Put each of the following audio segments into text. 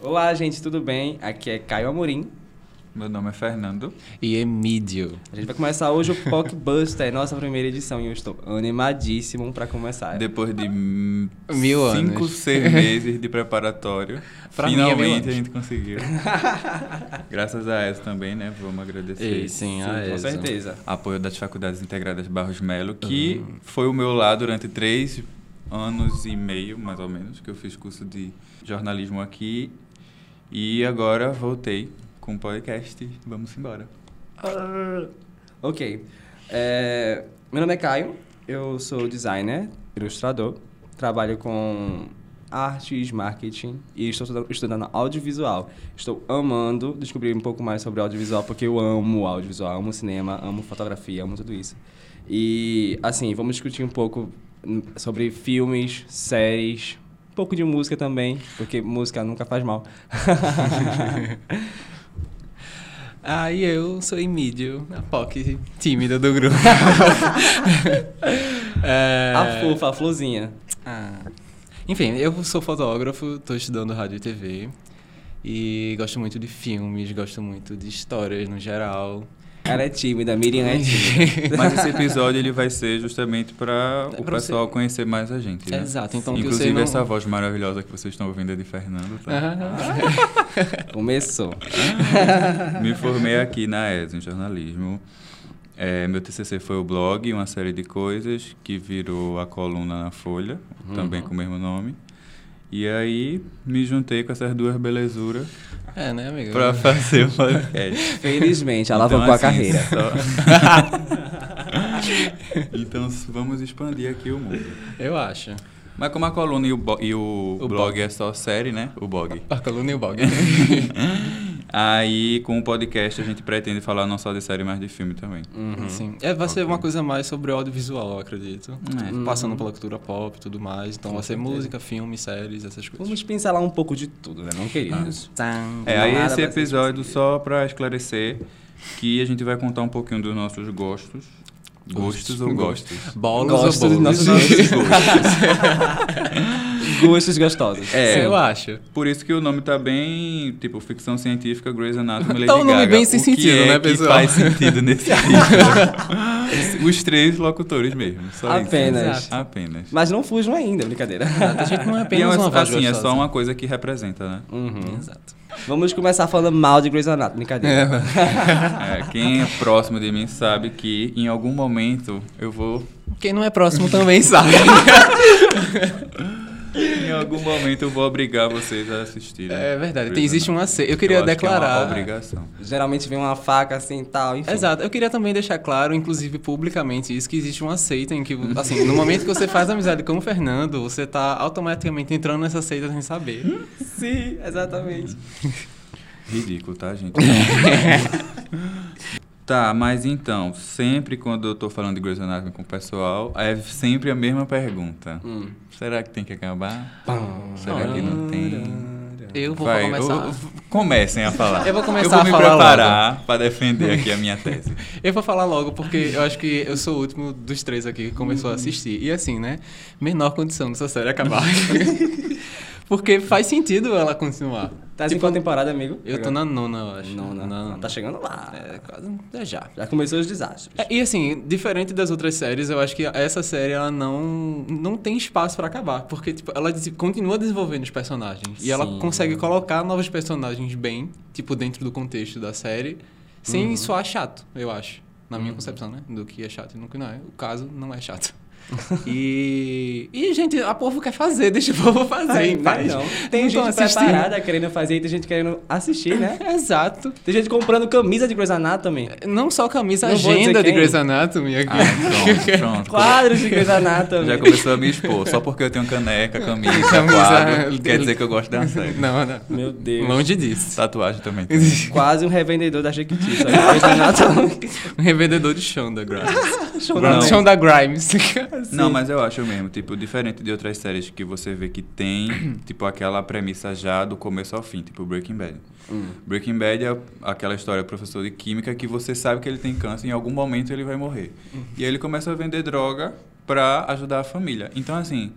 Olá, gente, tudo bem? Aqui é Caio Amorim. Meu nome é Fernando. E Emídio. A gente vai começar hoje o PocBuster, nossa primeira edição, e eu estou animadíssimo para começar. Depois de É. Mil anos. cinco, seis meses de preparatório, Pra mim é mil finalmente a anos. gente conseguiu. Graças a essa também, né? Vamos agradecer. Ei, sim, Sim, a com ESO. certeza. Apoio das Faculdades Integradas Barros Melo, que Uhum. foi o meu lá durante três anos e meio, mais ou menos, que eu fiz curso de jornalismo aqui. E agora voltei com o podcast. Vamos embora. Ah. Ok. É, meu nome é Caio, eu sou designer, ilustrador, trabalho com artes, marketing e estou estuda- estudando audiovisual. Estou amando descobrir um pouco mais sobre audiovisual, porque eu amo audiovisual, amo cinema, amo fotografia, amo tudo isso. E, assim, vamos discutir um pouco hum, sobre filmes, séries, um pouco de música também, porque música nunca faz mal. Ah, e eu sou Emídio, a POC tímida do grupo. É, A fofa, a florzinha. Ah. Enfim, eu sou fotógrafo, estou estudando rádio e TV. E gosto muito de filmes, gosto muito de histórias no geral. Ela é tímida, Miriam é tímida. Mas esse episódio ele vai ser justamente para É o pra pessoal conhecer mais a gente. Né? Exato, então que Inclusive você não... essa voz maravilhosa que vocês estão ouvindo é de Fernando. Tá? Ah, Começou. Me formei aqui na ES em jornalismo. É, meu TCC foi o blog, uma série de coisas que virou a coluna na Folha, também com o mesmo nome. E aí me juntei com essas duas belezuras é, né, amigo? para fazer o podcast. Felizmente, alavancou Então, a assim, carreira. só- então vamos expandir aqui o mundo. Eu acho. Mas como a coluna e o, bo- e o O blog é só série, né? O blog. A coluna e o blog. Aí, com o podcast, a gente pretende falar não só de série, mas de filme também. Hum, Sim. É, vai ser Ok. uma coisa mais sobre o audiovisual, eu acredito. É. Tipo, Passando pela cultura pop e tudo mais. Então vai ser música, filme, séries, essas coisas. Vamos pincelar um pouco de tudo, né, não, queridos? É, aí Nada esse vai ser episódio, específico. só pra esclarecer, que a gente vai contar um pouquinho dos nossos gostos. Gostos ou gostos? Bolos Gosto ou dos bolos? nossos Gostos gostosos. É. eu acho. Por isso que o nome tá bem, tipo, ficção científica, Grey's Anatomy, Lady Tá um nome Gaga. bem sem O que sentido, é né, que pessoal? faz sentido nesse vídeo. Os três locutores mesmo, só isso. Apenas. Exato. Apenas. Mas não fujam ainda, brincadeira. A gente não E é é, apenas uma voz assim, é só gostosa. uma coisa que representa, né? Uhum. Exato. Vamos começar falando mal de Grey's Anatomy, brincadeira. É, quem é próximo de mim sabe que em algum momento eu vou. Quem não é próximo também sabe. Em algum momento eu vou obrigar vocês a assistirem. É verdade. Tem, Grey's existe uma... Anatomy. ce- Eu queria acho que é uma declarar... obrigação. Geralmente vem uma faca assim e tal, enfim. Exato. Eu queria também deixar claro, inclusive publicamente, isso que existe uma seita em que, assim, no momento que você faz amizade com o Fernando, você tá automaticamente entrando nessa seita sem saber. Sim, exatamente. Ridículo, tá, gente? tá, mas então, sempre quando eu tô falando de Grey's Anatomy com o pessoal, é sempre a mesma pergunta. Hum. Será que tem que acabar? Pam. Será que não tem? Eu vou Vai, começar. eu- eu- comecem a falar. Eu vou começar Eu vou a me falar preparar pra defender aqui a minha tese. Eu vou falar logo, porque eu acho que eu sou o último dos três aqui que Uhum. começou a assistir. E assim, né? Menor condição dessa série acabar. porque faz sentido ela continuar. Tá assim qual temporada, amigo? Eu tô na nona, eu acho. Nona. Tá chegando lá. É, quase. É já. Já começou os desastres. É, E assim, diferente das outras séries, eu acho que essa série ela não, não tem espaço pra acabar, porque tipo, ela des- continua desenvolvendo os personagens e ela Sim. consegue colocar novos personagens bem, tipo dentro do contexto da série, sem Uhum. soar chato, eu acho. Na minha concepção, né? Do que é chato e do que não é. O caso não é chato. e, e, gente, a povo quer fazer, deixa o povo fazer. Ai, em vai paz. não. Tem Não gente tão assistindo. preparada querendo fazer e tem gente querendo assistir, né? Exato. Tem gente comprando camisa de Grey's Anatomy. Não só camisa, Não vou dizer agenda de quem. Grey's Anatomy aqui. Ah, pronto, pronto. Quadros de Grey's Anatomy. Já começou a me expor, só porque eu tenho caneca, camisa, Camisa, é, quadro, ele- quer dizer que eu gosto da série. Não, não. Meu Deus. Longe disso. Tatuagem também. tem. Quase um revendedor da Jequiti, sabe? Grey's Anatomy. Um revendedor de Shonda Grimes. Show Não. da merda. Shonda Grimes. Não, mas eu acho mesmo, tipo, diferente de outras séries que você vê que tem, tipo, aquela premissa já do começo ao fim, tipo Breaking Bad. Hum. Breaking Bad é aquela história do professor de química que você sabe que ele tem câncer, em algum momento ele vai Hum. morrer. E aí ele começa a vender droga pra ajudar a família. Então, assim,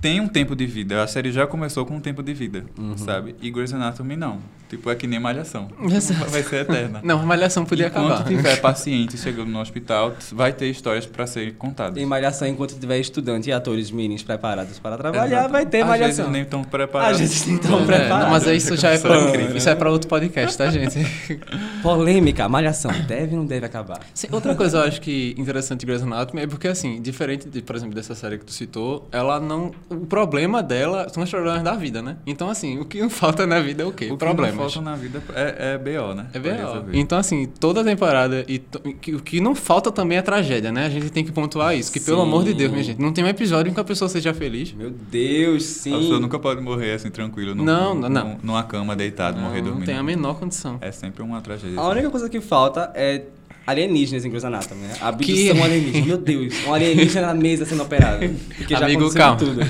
tem um tempo de vida. A série já começou com um tempo de vida, Uhum. sabe? E Grey's Anatomy não. Tipo, é que nem Malhação. Exato. Vai ser eterna. Não, a malhação podia Enquanto acabar. tiver paciente chegando no hospital, vai ter histórias para serem contadas. Tem malhação enquanto tiver estudante e atores meninos preparados para trabalhar, Exato. vai ter Às vezes malhação. nem estão preparados. assim, Às vezes nem tão Bom, É, preparados. não, mas é isso já é Essa é pra, incrível. isso é pra outro podcast, tá, gente? Polêmica, malhação. Deve ou não deve acabar? Sim, Outra coisa eu acho que interessante de Grey's Anatomy é porque, assim, diferente, de, por exemplo, dessa série que tu citou, ela não... O problema dela são os problemas da vida, né? Então, assim, o que não falta na vida é o quê? O problemas. que não falta na vida é, é BO, né? É Pra BO. resolver. Então, assim, toda temporada. E to- e que- o que não falta também é tragédia, né? A gente tem que pontuar isso. Que, pelo Sim. amor de Deus, minha gente, não tem um episódio em que a pessoa seja feliz. Meu Deus, A pessoa sim. nunca pode morrer assim, tranquilo. Num, Não, não, não. num- Numa cama, deitado, morrer não, dormindo. não tem a menor condição. É sempre uma tragédia. A única coisa que falta é alienígenas em Grey's Anatomy, né? Abdução Que- alienígena. Meu Deus, um alienígena na mesa sendo operado. Porque já Amigo, aconteceu calma. tudo.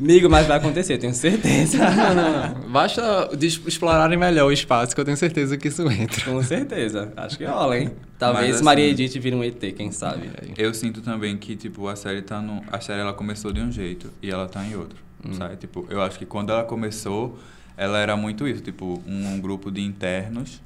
Amigo, mas vai acontecer, tenho certeza. Não, não, não. Basta des- explorarem melhor o espaço, que eu tenho certeza que isso entra. Com certeza. Acho que rola, hein? Talvez Mas, assim, Maria Edith vire um ET, quem sabe. Eu sinto também que, tipo, a série tá no. A série ela começou de um jeito e ela tá em outro. Hum. Sabe? Tipo, eu acho que quando ela começou, ela era muito isso, tipo, um, um grupo de internos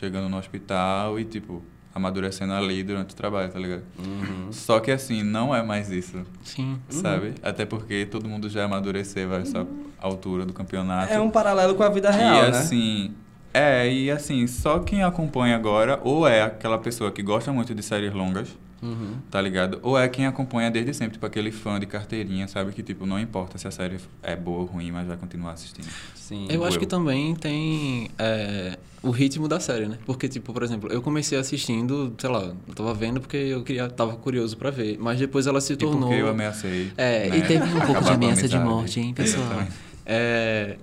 chegando no hospital e, tipo, amadurecendo ali durante o trabalho, tá ligado? Hum. Só que assim, não é mais isso, Sim. sabe? Até porque todo mundo já amadureceu a essa altura do campeonato. É um paralelo com a vida real, e né? assim. É, e assim, só quem acompanha agora, ou é aquela pessoa que gosta muito de séries longas, Uhum. tá ligado? Ou é quem acompanha desde sempre, tipo aquele fã de carteirinha, sabe? Que tipo, não importa se a série é boa ou ruim, mas vai continuar assistindo. Sim. Eu acho eu. que também tem é, o ritmo da série, né? Porque, tipo, por exemplo, eu comecei assistindo, sei lá, eu tava vendo porque eu queria, tava curioso pra ver, mas depois ela se E tornou. porque eu ameacei. É, né, e teve um pouco acabar de com a ameaça de amizade. morte, hein, pessoal? Exatamente. É.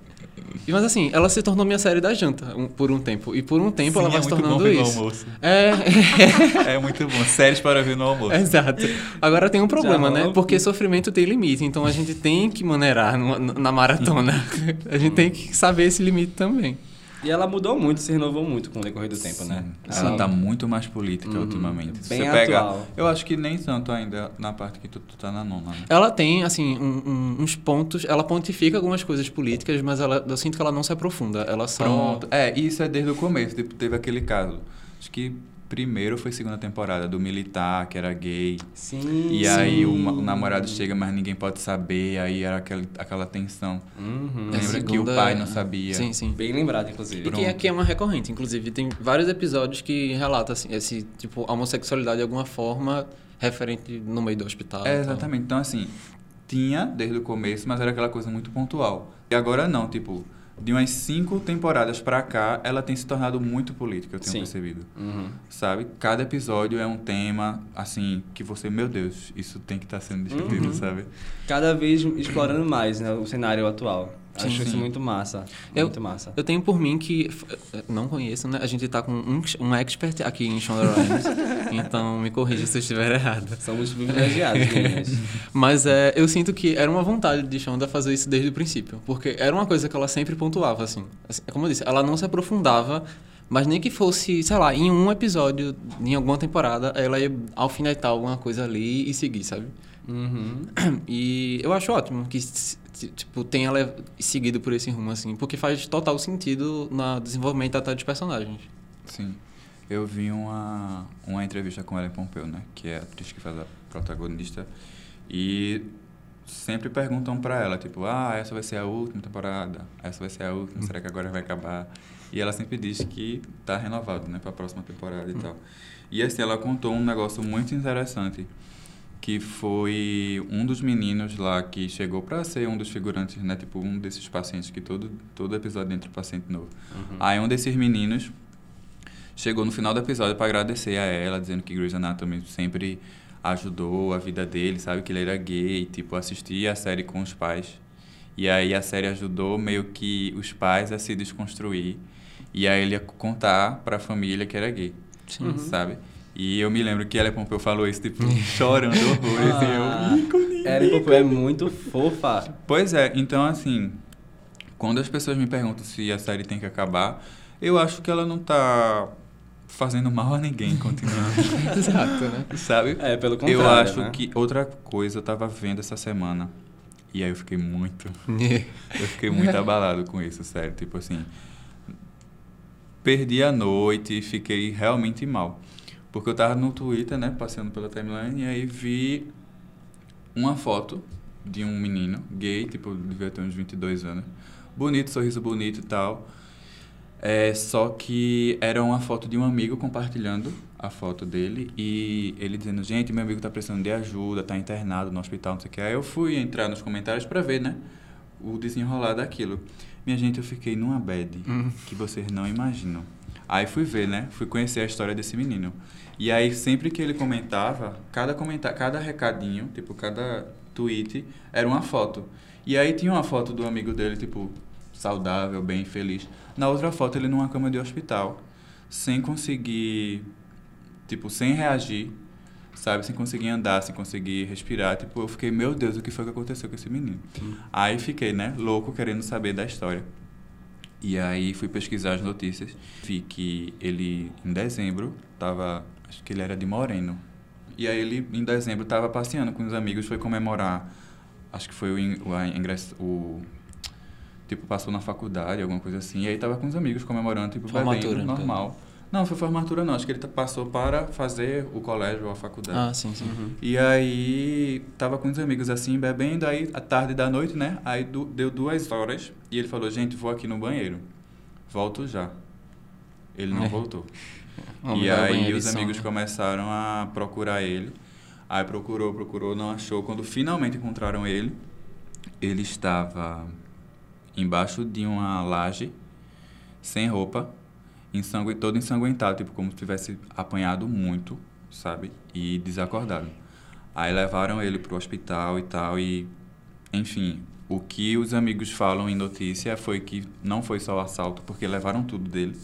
e- Mas assim, ela se tornou minha série da janta um- por um tempo. E por um tempo Sim, ela é vai se muito bom tornando ver no isso. almoço. É, É muito bom. Séries para ver no almoço. exato. Agora tem um problema, né? logo. Porque sofrimento tem limite, então a gente tem que maneirar numa- na maratona. A gente tem que saber esse limite também. E ela mudou muito, se renovou muito com o decorrer do tempo, né? Sim. Ela tá muito mais política ultimamente. Se Uhum. Bem você pega, atual. eu acho que nem tanto ainda na parte que tu, tu tá na nona, né? Ela tem, assim, um- um- uns pontos. Ela pontifica algumas coisas políticas, mas ela, eu sinto que ela não se aprofunda. Ela só. Pronto. É, e isso é desde o começo. Tipo, teve aquele caso. Acho que primeiro foi segunda temporada do militar, que era gay. Sim. E aí o, ma- o namorado chega, mas ninguém pode saber. Aí era aquela, aquela tensão. Uhum. É, Lembra que o segunda- pai não sabia. Sim, sim. Bem lembrado, E inclusive. que aqui é uma recorrente, inclusive. Tem vários episódios que relatam, assim, esse, tipo, a homossexualidade de alguma forma referente no meio do hospital. É, tal. exatamente. Então, assim, tinha desde o começo, mas era aquela coisa muito pontual. E agora não, tipo, de umas cinco temporadas pra cá, ela tem se tornado muito política, eu tenho Sim. percebido. Uhum. Sabe? Cada episódio é um tema, assim, que você, meu Deus, isso tem que estar sendo discutido, sabe? Cada vez explorando mais né, o cenário atual. Acho isso muito massa. Eu- Muito massa. Eu tenho por mim que. eh, Não conheço, né? A gente tá com um, um expert aqui em Shonda Rhimes. então me corrija se eu estiver errada. Somos privilegiados, meninas. Mas é, eu sinto que era uma vontade de Shonda fazer isso desde o princípio. Porque era uma coisa que ela sempre pontuava, assim. Assim, Como eu disse, ela não se aprofundava, mas nem que fosse, sei lá, em um episódio, em alguma temporada, ela ia alfinetar alguma coisa ali e seguir, sabe? Uhum. E eu acho ótimo que, s- t- tipo, tenha le- seguido por esse rumo, assim. Porque faz total sentido no desenvolvimento até dos personagens. Sim. Eu vi uma, uma entrevista com Ellen Pompeu, né? Que é a atriz que faz a protagonista. E sempre perguntam pra ela, tipo, ah, essa vai ser a última temporada, essa vai ser a última, será que agora vai acabar? E ela sempre diz que tá renovado, né, pra próxima temporada e tal. E assim, ela contou um negócio muito interessante, que foi um dos meninos lá que chegou pra ser um dos figurantes, né, tipo um desses pacientes que todo todo episódio entra paciente novo. Aí um desses meninos chegou no final do episódio pra agradecer a ela, dizendo que Grey's Anatomy sempre ajudou a vida dele, sabe? Que ele era gay, tipo, assistia a série com os pais. E aí a série ajudou meio que os pais a se desconstruir. E aí ele ia contar pra família que era gay, Sim. sabe? E eu me lembro que ela Pompeu falou isso, tipo, chorando horrores. e é, eu, Ah, Ellen Pompeu é muito fofa. Pois é, então assim, quando as pessoas me perguntam se a série tem que acabar, eu acho que ela não tá fazendo mal a ninguém continuando, Exato, né? sabe? É, pelo contrário. Eu acho né? que outra coisa eu tava vendo essa semana E aí eu fiquei muito. É. eu fiquei muito abalado com isso, sério. Tipo assim. Perdi a noite e fiquei realmente mal. Porque eu tava no Twitter, né? Passeando pela timeline, e aí vi uma foto de um menino gay, tipo, devia ter uns 22 anos. Bonito, sorriso bonito e tal. É, só que era uma foto de um amigo compartilhando a foto dele e ele dizendo: Gente, meu amigo tá precisando de ajuda, tá internado no hospital, não sei o que. Aí eu fui entrar nos comentários para ver, né? O desenrolar daquilo. Minha gente, eu fiquei numa bad Hum. que vocês não imaginam. Aí fui ver, né? Fui conhecer a história desse menino. E aí, sempre que ele comentava, cada, comentar, cada recadinho, tipo, cada tweet, era uma foto. E aí tinha uma foto do amigo dele, tipo, saudável, bem feliz. Na outra foto, ele numa cama de hospital, sem conseguir, tipo, sem reagir, sabe? Sem conseguir andar, sem conseguir respirar. Tipo, eu fiquei, meu Deus, o que foi que aconteceu com esse menino? Aí fiquei, né, louco, querendo saber da história. E aí fui pesquisar as notícias, vi que ele, em dezembro, tava, acho que ele era de Moreno. E aí ele, em dezembro, tava passeando com os amigos, foi comemorar, acho que foi o, in- o a ingresso, o tipo, passou na faculdade, alguma coisa assim. E aí tava com os amigos comemorando, tipo, Formatura, bebendo, no caso. normal. Não, foi formatura não, acho que ele ta- passou para fazer o colégio ou a faculdade. Ah, sim, sim. E aí, tava com os amigos assim, bebendo, aí à tarde da noite, né? Aí du- deu duas horas e ele falou, gente, vou aqui no banheiro. Volto já. Ele não É. voltou. Vamos e dar banho aí de os som, amigos né? começaram a procurar ele. Aí procurou, procurou, não achou. Quando finalmente encontraram ele, ele estava embaixo de uma laje, sem roupa, ensangui- todo ensanguentado, tipo como se tivesse apanhado muito, sabe? E desacordado. Aí levaram ele pro hospital e tal e enfim, o que os amigos falam em notícia foi que não foi só o assalto, porque levaram tudo dele,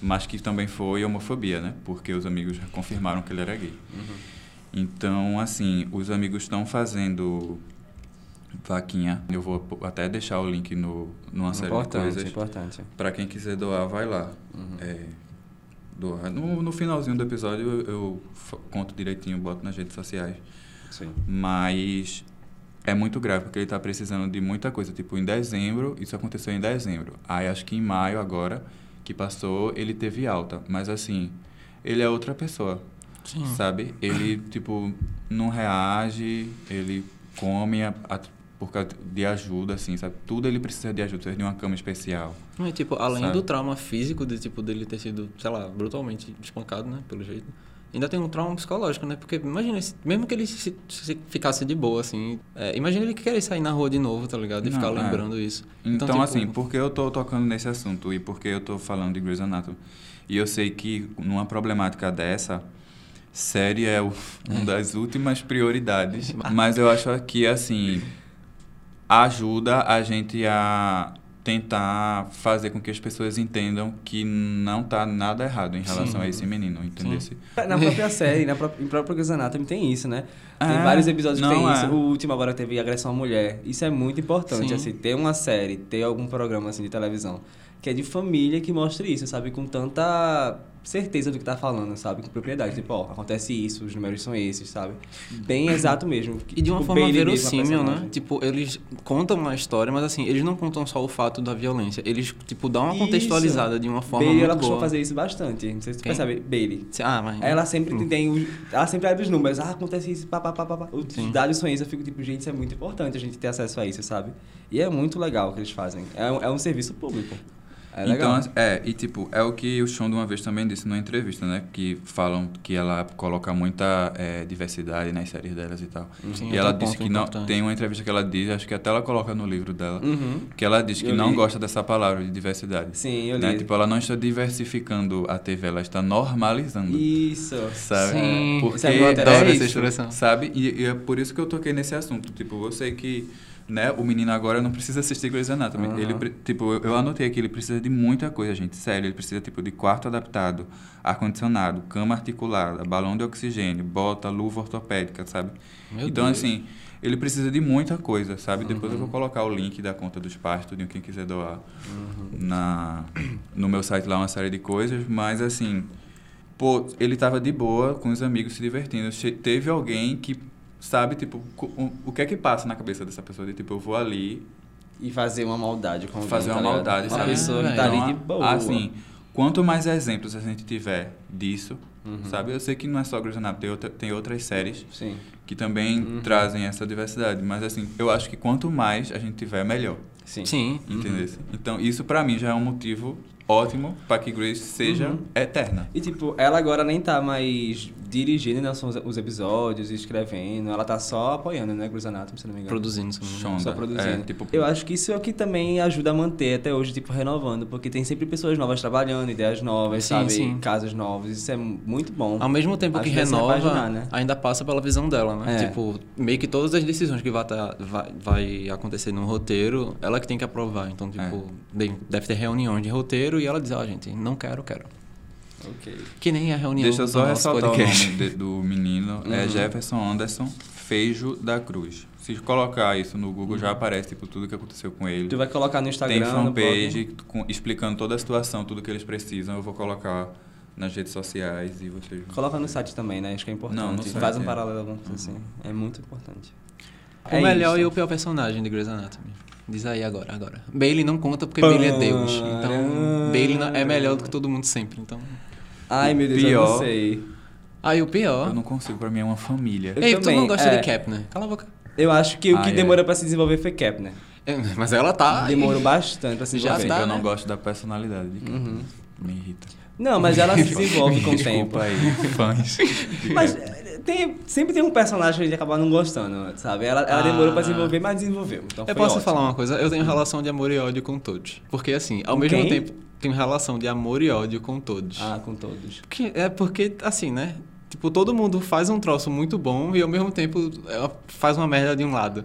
mas que também foi homofobia, né? Porque os amigos já confirmaram que ele era gay. Então, assim, os amigos estão fazendo vaquinha. Eu vou po- até deixar o link no numa série de importante, coisas. importante. Pra quem quiser doar, vai lá. É, doar. No, no finalzinho do episódio eu, eu fa- conto direitinho, boto nas redes sociais. Sim. Mas é muito grave, porque ele tá precisando de muita coisa. Tipo, em dezembro, isso aconteceu em dezembro. Aí acho que em maio agora, que passou, ele teve alta. Mas assim, ele é outra pessoa. Sim. Sabe? Ele, tipo, não reage, ele come a- a- por causa de ajuda, assim, sabe? Tudo ele precisa de ajuda, precisa de uma cama especial. Não, e, tipo, além Sabe? do trauma físico de, tipo, dele ter sido, sei lá, brutalmente espancado, né, pelo jeito, ainda tem um trauma psicológico, né? Porque imagina, se- mesmo que ele se- se- ficasse de boa, assim, é, imagina ele querer sair na rua de novo, tá ligado? E Não, ficar é. lembrando isso. Então, tipo, assim, por que eu tô tocando nesse assunto e por que eu tô falando de Grey's Anatomy? E eu sei que numa problemática dessa, série é o- uma das últimas prioridades, mas eu acho que, assim, ajuda a gente a tentar fazer com que as pessoas entendam que não tá nada errado em relação a esse menino, entendeu? Na própria série, na própria, em próprio Grey's Anatomy tem isso, né? Tem Ah, É, vários episódios que não tem é. isso. O último agora teve agressão à mulher. Isso é muito importante, Sim. assim, ter uma série, ter algum programa assim de televisão que é de família que mostre isso, sabe? Com tanta certeza do que tá falando, sabe? Com propriedade. Tipo, ó, acontece isso, os números são esses, sabe? Bem exato mesmo. Uhum. E de uma Tipo, forma Bailey mesmo, a verossímil, né? personagem. Tipo, eles contam uma história, mas assim, eles não contam só o fato da violência. Eles, tipo, dão uma Isso. contextualizada de uma forma Bailey, muito ela costuma boa. fazer isso bastante. Não sei se tu Quem? percebe. Bailey. Ah, mas... Ela sempre Hum. tem os, ela sempre abre os números. Ah, acontece isso, pá, pá, pá, pá, pá. Os Sim. dados são isso. Eu fico tipo, gente, isso é muito importante a gente ter acesso a isso, sabe? E é muito legal o que eles fazem. É um, é um serviço público. É então, legal. as- é, e tipo, é o que o Sean de uma vez também disse numa entrevista, né? Que falam que ela coloca muita eh, diversidade nas séries delas e tal. Uhum. Sim, e outro é ela um ponto disse que não. importante. Tem uma entrevista que ela diz, acho que até ela coloca no livro dela, Uhum. que ela diz que Eu não li. gosta dessa palavra de diversidade. Sim, eu li. né? Tipo, ela não está diversificando a TV, ela está normalizando. Isso. Sabe? Sim. Porque Sabe, eu adoro é essa isso, expressão. Sabe? E, e é por isso que eu toquei nesse assunto. Tipo, eu sei que né, o menino agora não precisa assistir Grey's Anatomy. Aham. Ele, pre- tipo, eu, eu anotei aqui, ele precisa de muita coisa, gente. Sério, ele precisa tipo, de quarto adaptado, ar-condicionado, cama articulada, balão de oxigênio, bota, luva ortopédica, sabe? Meu então, Deus. assim, ele precisa de muita coisa, sabe? Depois eu vou colocar o link da conta dos pais, tudinho, quem quiser doar na, no meu site lá, uma série de coisas, mas assim, pô, ele tava de boa com os amigos se divertindo. Che- teve alguém que sabe, tipo, co- um- o que é que passa na cabeça dessa pessoa? De tipo, eu vou ali E fazer uma maldade com alguém, fazer tá uma ligado? maldade, Uma sabe? pessoa que É, tá Então, ali de a- boa. Assim, quanto mais exemplos a gente tiver disso, Uhum. sabe? Eu sei que não é só Grey's Anatomy, tem, outra- tem outras séries Sim. que também Uhum. trazem essa diversidade, mas assim, eu acho que quanto mais a gente tiver, melhor, Sim. Sim. Uhum. entendeu? Então, isso pra mim já é um motivo ótimo pra que Grace seja Uhum. eterna. E tipo, ela agora nem tá mais dirigindo né, são os- os episódios, escrevendo, ela tá só apoiando, né, Grey's Anatomy, se não me engano. Produzindo, se não me engano. Shonda. Só produzindo. É, tipo, Eu acho que isso é o que também ajuda a manter até hoje, tipo, renovando, porque tem sempre pessoas novas trabalhando, ideias novas, Sim, sabe? sim. Casas novas, isso é muito bom. Ao mesmo tempo que Ajuda a se renova, repaginar, né? ainda passa pela visão dela, né? É. Tipo, meio que todas as decisões que vai, tá- vai, vai acontecer no roteiro, ela que tem que aprovar. Então, tipo, de- deve ter reuniões de roteiro e ela diz, ó, gente, não quero, quero. Ok. Que nem a reunião Deixa eu do só nosso ressaltar podcast. o nome de- do menino, é Uhum. Jefferson Anderson Feijo da Cruz. Se colocar isso no Google, já aparece tipo, tudo que aconteceu com ele. Tu vai colocar no Instagram, Tem no blog. fanpage com- explicando toda a situação, tudo que eles precisam. Eu vou colocar nas redes sociais e vocês. Coloca no site também, né? Acho que é importante. Não, no Faz site, um é. paralelo, alguma coisa assim. É muito importante. O É melhor isso. e o pior personagem de Grey's Anatomy. Diz aí agora, agora. Bailey não conta porque Bailey é Deus. Então, Bailey não- é melhor do que todo mundo sempre, então... Ai, meu Deus, eu não Pior. sei. Aí o pior... Eu não consigo, pra mim é uma família. Eu Ei, tu também, não gosta é. de Kepner. Cala a boca. Eu acho que o que Ah, é. demorou pra se desenvolver foi Cap, né? É, mas ela tá... Demorou bastante pra se Já desenvolver. Sim, tá, Assim, eu né? não gosto da personalidade de quem Me irrita. Não, mas Uhum. ela se desenvolve com o tempo. tá. Desculpa aí, fãs. Mas É. eh, tem- sempre tem um personagem que acaba não gostando, sabe? Ela, ela Ah. demorou pra desenvolver, mas desenvolveu. Então foi Eu posso ótimo. falar um uma coisa? Eu tenho relação de amor e ódio com todos. Porque, assim, ao Com mesmo quem? tempo, tenho relação de amor e ódio com todos. Ah, com todos. Que- é porque, assim, né? Tipo, todo mundo faz um troço muito bom e ao mesmo tempo é, faz uma merda de um lado.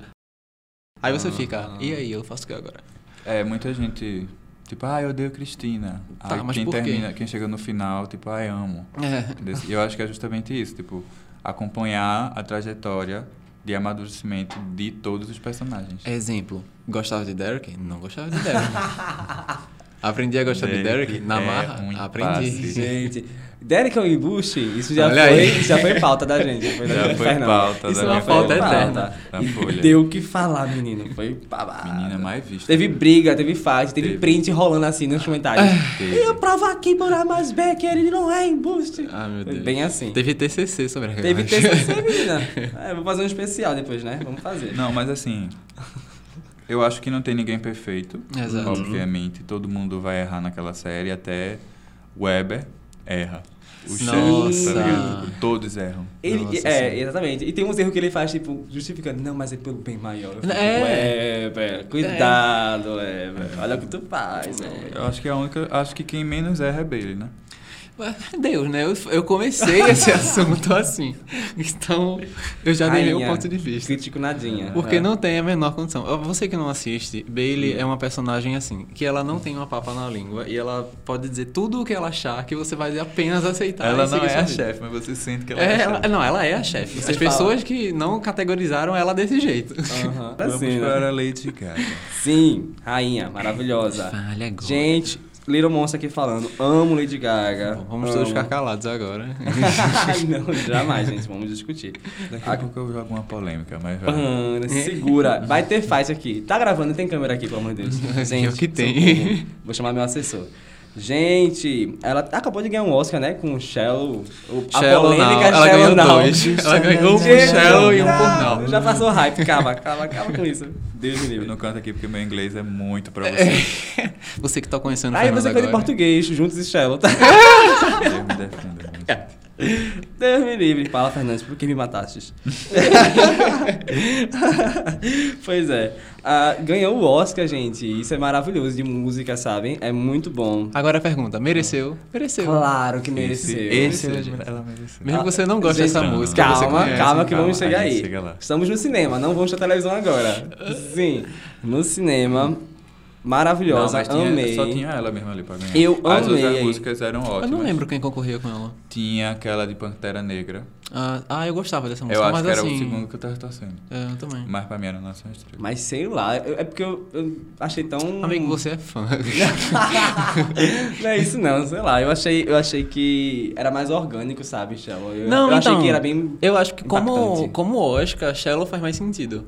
Aí você fica, e aí, eu faço o que agora? É, muita gente. Tipo, ah, eu odeio Cristina. Tá, aí mas quem por quê? termina, quem chega no final, tipo, ah, eu amo. É. Entendeu? E eu acho que é justamente isso, tipo, acompanhar a trajetória de amadurecimento de todos os personagens. É Exemplo, gostava de Derek? Não gostava de Derek. Aprendi a gostar de Derek Derek na é marra? um Aprendi. impasse. Gente, Derek é um embuste, isso já Olha foi, aí. já foi pauta da gente. Já foi, da Já gente, foi Fernando. pauta Isso da é uma minha pauta folha. eterna. Da E folha. deu o que falar, menino. Foi babado. Menina mais vista. Teve briga, teve fight, teve, Teve. print rolando assim nos comentários. Teve. Eu provo aqui por A mais B que ele não é embuste. Ah, meu Foi Deus. Bem assim. Teve TCC sobre a Teve TCC, menina. Ah, eu vou fazer um especial depois, né? Vamos fazer. Não, mas assim, eu acho que não tem ninguém perfeito. Exato. Obviamente, todo mundo vai errar naquela série, até Weber erra. O chefe, Nossa. tá ligado? Tipo, todos erram. Ele, Nossa é, Senhora. exatamente. E tem uns erros que ele faz, tipo, justificando, não, mas é pelo bem maior. Eu fico, É. "Ué, velho, cuidado, é. velho, olha o que tu faz, velho." Eu acho que é a única. Acho que quem menos erra é Bailey, né? Ué, Deus, né? Eu, eu comecei esse assunto assim. Então, eu já dei meu Rainha, ponto de vista. Crítico nadinha. Porque É. não tem a menor condição. Ó, Você que não assiste, Bailey é uma personagem assim, que ela não tem uma papa na língua e ela pode dizer tudo o que ela achar que você vai apenas aceitar. ela e não seguir é sua a vida. chefe, mas você sente que ela é, É, a ela- chefe. não, ela é a chefe. Você As fala. pessoas que não categorizaram ela desse jeito. Aham. Vamos Assim, né? para a Lady Gaga. Sim, rainha, maravilhosa. Fale agora. Gente, Little Monster aqui falando, amo Lady Gaga. Bom, Vamos todos amo. ficar calados agora. Não, jamais, gente, vamos discutir. Daqui a pouco eu jogo uma polêmica, mas É. vai. Pana, segura. Vai ter fight aqui. Tá gravando, tem câmera aqui, pelo amor de Deus. É o que tem. socorro. Vou chamar meu assessor. Gente, ela acabou de ganhar um Oscar, né? Com o Shallow. o- A Shallow Now. polêmica Ela Shallow ganhou Now. dois. Ela ganhou um por Gente, Shallow e um por não, Now. Já passou hype. Calma, calma, calma com isso. Deus me Eu livre. não canto aqui porque meu inglês é muito pra você. Você que tá conhecendo o Aí Fernando você canta em agora. português, juntos e Shallow, tá? Deus me defenda. É, gente. Deus me livre. Fala, Fernandes, por que me matastes? pois é. Ah, ganhou o Oscar, gente. Isso é maravilhoso de música, sabem? É muito bom. Agora a pergunta, mereceu? Mereceu. Claro que Esse, mereceu. esse, é Esse é- ela mereceu. Mesmo que você não goste Gente, dessa não. música, você Calma, conhece. calma, que calma, vamos chegar a gente aí. chega lá. Estamos no cinema, não vamos pra televisão agora. Sim, no cinema. Não, Maravilhosa, mas tinha- amei. Só tinha ela mesma ali pra ganhar. Eu As outras amei. músicas eram ótimas. Eu não lembro quem concorria com ela. Tinha aquela de Pantera Negra. Ah, ah, eu gostava dessa música, eu acho mas que era assim... o segundo que eu tava torcendo. É, eu também. Mas pra mim era Nação Estrela. Mas sei lá, eu- é porque eu, eu achei tão. Amigo, você é fã. não é isso não, sei lá. Eu achei, eu achei que era mais orgânico, sabe, Shell? Eu, Não, eu achei então, que era bem. Eu acho que como, Impactante. Uhum. como Oscar, Shallow faz mais sentido.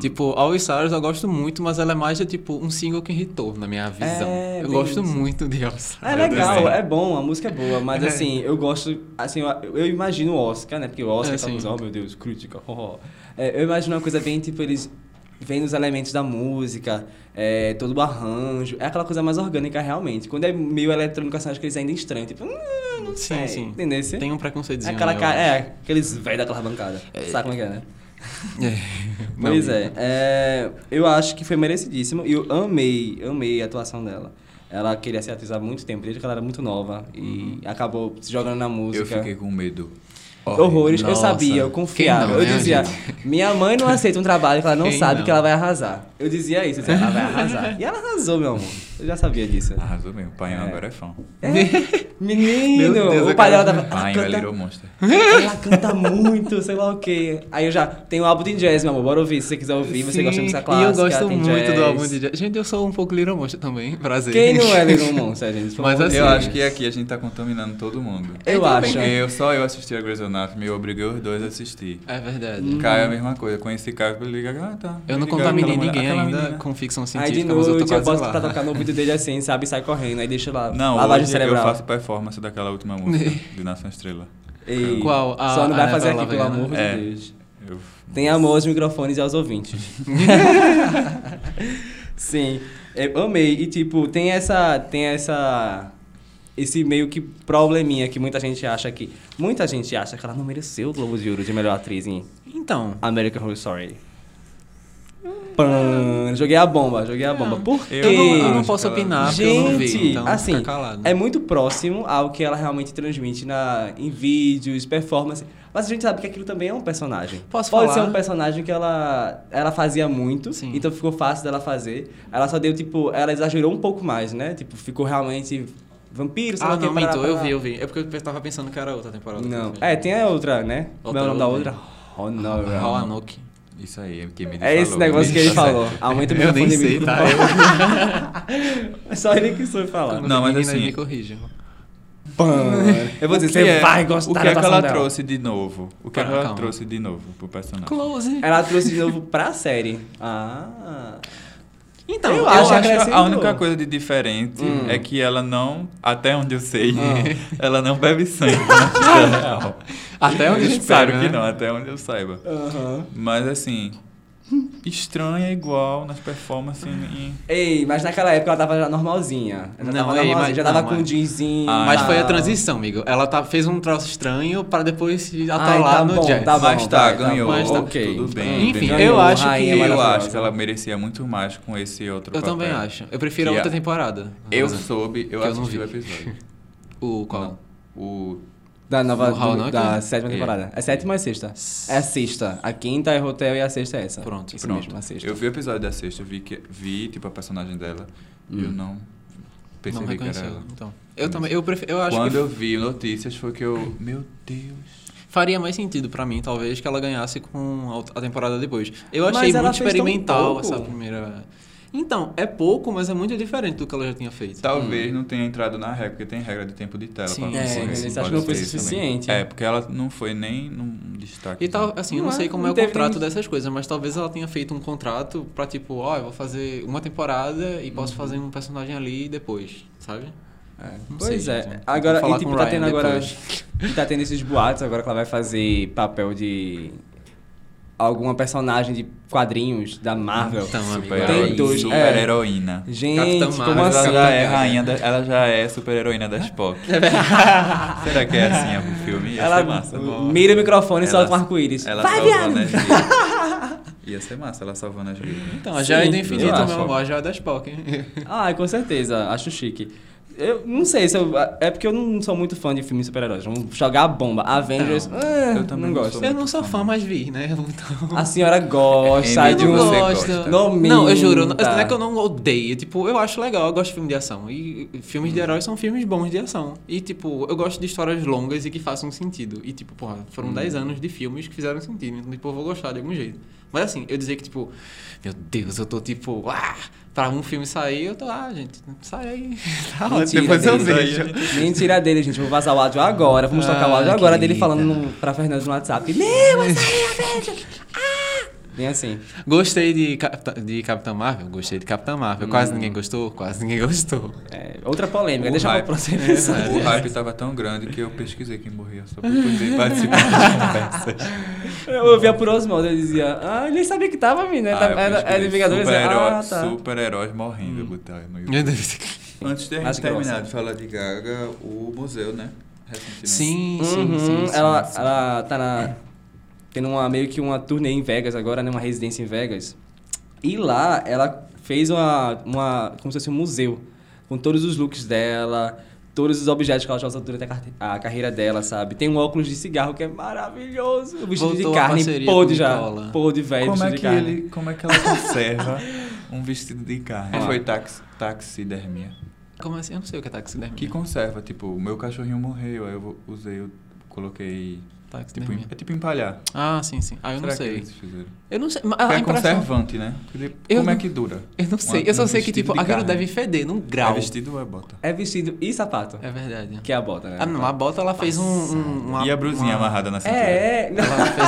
Tipo, All Stars eu gosto muito, mas ela é mais de tipo um single que irritou, na minha visão. É, eu bem gosto isso. muito de All Stars. É Meu Deus, legal, hein? é bom, a música é boa, mas assim, eu gosto, assim, eu, eu imagino o Oscar, né? Porque o Oscar É, tá sim. usando, oh meu Deus, crítica, oh, oh. É, eu imagino uma coisa bem, tipo, eles vêm nos elementos da música, é, todo o arranjo, é aquela coisa mais orgânica realmente. Quando é meio eletrônico, assim, acho que eles ainda estranham, tipo, hum, não Sim, sei, sim. entendeu? Esse- Tem um É preconceitozinho. aquela eu cara, acho. é, aqueles velhos daquela bancada, sabe como é que é, né? É. Pois é, é, eu acho que foi merecidíssimo e eu amei, amei a atuação dela. Ela queria se atriz há muito tempo, desde que ela era muito nova Uhum. e acabou se jogando na música. Eu fiquei com medo. Horrores, eu Nossa. sabia, eu Quem confiava. não, eu né, dizia, minha mãe não aceita um trabalho que ela não Quem sabe não? que ela vai arrasar. Eu dizia isso, eu dizia, ela vai arrasar. E ela arrasou, meu amor. Eu já sabia disso. Arrasou mesmo. O pai agora é fã. Menino, Meu Deus, o pai dela eu quero- tava. Pai "Ela é canta Little Monster. ela canta muito, sei lá o quê. Aí eu já tenho o álbum de jazz, meu amor. Bora ouvir, se você quiser ouvir, você gosta de música E clássica. eu gosto tem muito jazz. do álbum de jazz. Gente, eu sou um pouco Little Monster também, prazer. Quem não é Little Monster, gente? Pelo Mas amor de Eu Deus. acho que aqui a gente tá contaminando todo mundo. assim- Eu acho. Eu, só eu assisti a Grey's Anatomy e eu obriguei os dois a assistir. É verdade. Uhum. Caio é a mesma coisa. Conheci Caio pelo Liga ah, tá. Eu não Liga, contaminei aquela mulher- ninguém aquela ainda menina. com ficção Aí de científica, mas eu tô noite tipo, tá eu quase boto lá. pra tocar no ouvido dele assim, sabe? E sai correndo, aí deixa lá. Não, lavagem hoje eu cerebral. Uhum. faço performance daquela última música de Nação Estrela. E Qual? A- Só não vai a fazer Eva aqui, pelo Lavaiana? amor É. de Deus. Eu Tem amor aos microfones e aos ouvintes. Sim, eu amei. E tipo, tem essa. Tem essa. Esse meio que probleminha que muita gente acha que. Muita gente acha que ela não mereceu o Globo de Ouro de melhor atriz em Então, American Horror Story. Pam, joguei a bomba, joguei a bomba. Por quê? Eu eu não, eu não Acho posso que ela- opinar Ah, porque eu não Gente, vi, então assim, fica calado. é muito próximo ao que ela realmente transmite na, em vídeos, performance. Mas a gente sabe que aquilo também é um personagem. Posso Pode falar? ser um personagem que ela, ela fazia muito, Sim. então ficou fácil dela fazer. Ela só deu, tipo, ela exagerou um pouco mais, né? Tipo, ficou realmente vampiro, sei lá Ah, o que, não, parará, minto, eu parará. vi, eu vi. É porque eu tava pensando que era outra temporada. que Não, eu vi. é, tem a outra, né? Como é Outra, o nome da outra. outra? Honor. Roanoke. Isso aí, é que me É esse falou, negócio me que ele tá falou. Aumenta o Eu nem microfone sei, amigo, tá? por favor. É só ele que soube falar. Não, mas Meninas assim- Me corrijam. Eu vou dizer, O você que é- vai gostar O que da é que ela atuação dela. trouxe de novo? O que é que Calma, ela calma. trouxe de novo pro personagem? Close. Ela trouxe de novo pra série. Ah. Então, Eu eu, acho acho, que que a acrescentou. única coisa de diferente Hum. é que ela não, até onde eu sei, Ah. ela não bebe sangue. na vida real. Até onde a gente Claro sabe, que né? não, até onde eu saiba. Mas assim, estranha é igual nas performances em. Ei, mas naquela época ela tava já normalzinha. Ela já Não, tava ei, normalzinha, mas- já tava não, com um mas- jeanzinho. Ah, Mas tal. foi a transição, amigo. Ela tá, fez um troço estranho pra depois se Ai, atolar tá no bom, jazz. tá bom, Mas tá, vai, ganhou, bom, mas tá, ok. tudo bem, Enfim, ganhou. eu acho Rainha que- Eu maravilhosa. acho que ela merecia muito mais com esse outro Eu papel. também acho. Eu prefiro a Que outra É. a- temporada. Eu Por exemplo. soube, eu Que eu não assisti o vi. episódio. O qual? O Da nova. O How do- Not da Kill? sétima É. temporada. É sétima ou é sexta? É a sexta. A quinta é hotel e a sexta é essa. Pronto, Isso Pronto. mesmo, a sexta. Eu vi o episódio da sexta, eu vi, que, vi tipo, a personagem dela. E eu não Hum. Não percebi que era reconheceu. ela. Então, eu também. Eu, prefiro, eu acho Quando que eu vi notícias, foi que eu. Meu Deus. faria mais sentido pra mim, talvez, que ela ganhasse com a outra- a temporada depois. Eu Mas achei ela muito fez tão experimental pouco. essa primeira. Então, é pouco, mas é muito diferente do que ela já tinha feito. Talvez não tenha entrado na regra, porque tem regra de tempo de tela Sim, pra é, concorrer, assim, mas acho pode que não foi ser isso também. suficiente. É, porque ela não foi nem num destaque. E tal, assim, eu Não não é, sei como não é o teve contrato nem- dessas coisas, mas talvez ela tenha feito um contrato pra tipo, ó, eu vou fazer uma temporada e Uhum. posso fazer um personagem ali depois, sabe? É, Não Pois sei, é. gente. Agora, Vou falar e tipo, com o tá Ryan tendo agora. depois. e tá tendo esses boatos agora que ela vai fazer papel de. alguma personagem de quadrinhos da Marvel. Então, amigo, Super, Tem aí- dois, é. super heroína. Gente, Capitã como Mas Marvel. assim? ela já é cara? rainha, da- ela já é super heroína das POC. Será que é assim é o filme? Ia É Ela ser massa. mira o microfone e Ela- solta um arco-íris. Ela Vai, viado! salvando as vidas. Ia ser massa ela salvando as vidas. Então, a joia Sim, do eu infinito, acho. meu amor, a joia das Pokémon. Ai, com certeza, acho chique. Eu não sei se eu. É porque eu não sou muito fã de filmes super-heróis. Vamos jogar a bomba. Avengers. Não, eh, eu também não não gosto. sou Eu não sou fã, mas vi, né? Então... A senhora gosta, É, sai de eu um. não gosto. Não Não, eu juro. Não, minta. não é que eu não odeio. Tipo, eu acho legal, eu gosto de filme de ação. E filmes de heróis são filmes bons de ação. E, tipo, eu gosto de histórias longas e que façam sentido. E, tipo, porra, foram 10 anos de filmes que fizeram sentido. Então, tipo, eu vou gostar de algum jeito. Mas, assim, eu dizer que, tipo, meu Deus, eu tô, tipo, ah, pra um filme sair, eu tô, ah, gente, sai aí. Tá ótimo. Mentira Depois eu dele, vejo. gente. Mentira dele, gente. Vou vazar o áudio agora. Vamos tocar o áudio Ah, agora dele querida. falando no, pra Fernanda no WhatsApp. Meu, essa aí é a Avengers. Ah! Bem assim. Gostei de, Capitã- de Capitão Marvel? Gostei de Capitão Marvel. Quase ninguém gostou? Quase ninguém gostou. É, outra polêmica. O Deixa pra hype. próxima edição. É O hype tava tão grande que eu pesquisei quem morria só pra poder participar das conversas. Eu ouvia por osmose. Eu dizia, ah, nem sabia que tava, menina. Ah, Tá- eu era era de pesquisei Vingadores. eu dizia, super-herói- Ah, tá. Hum. Super-heróis morrendo, eu botava no YouTube. Meu Deus. Antes de a gente Acho que é terminar gosta. de falar de Gaga, o museu, né? Recentemente. Sim, sim, Uhum, sim, sim. ela, sim. ela tá na. Tendo uma, meio que uma turnê em Vegas agora, né? Uma residência em Vegas. E lá ela fez uma. uma como se fosse um museu. Com todos os looks dela, todos os objetos que ela já usou durante a, carte- a carreira dela, sabe? Tem um óculos de cigarro que é maravilhoso. O vestido Voltou de a carne parceria podre com já. Nicola. Podre, velho, Como vestido é de que carne. ele, como é que ela conserva um vestido de carne? Ah. Foi tax, taxidermia. Como assim? Eu não sei o que é taxidermia. Que conserva, tipo, o meu cachorrinho morreu, aí eu usei, eu coloquei, tipo, taxidermia? em- é tipo empalhar. né? Ah, sim, sim. Ah, eu não Será que sei. eles fizeram? Eu não sei. Mas Porque a é impressão... conservante, né? Ele- Eu Como é não- que dura? Eu não sei. Uma- Eu só um sei que, vestido tipo, de aquilo carne. deve feder num É grau. vestido ou é bota? É vestido e sapato. É verdade. Que é a bota, né? Ah, não. A bota, ela fez um... um- uma, e a brusinha uma... amarrada na cintura? É, é.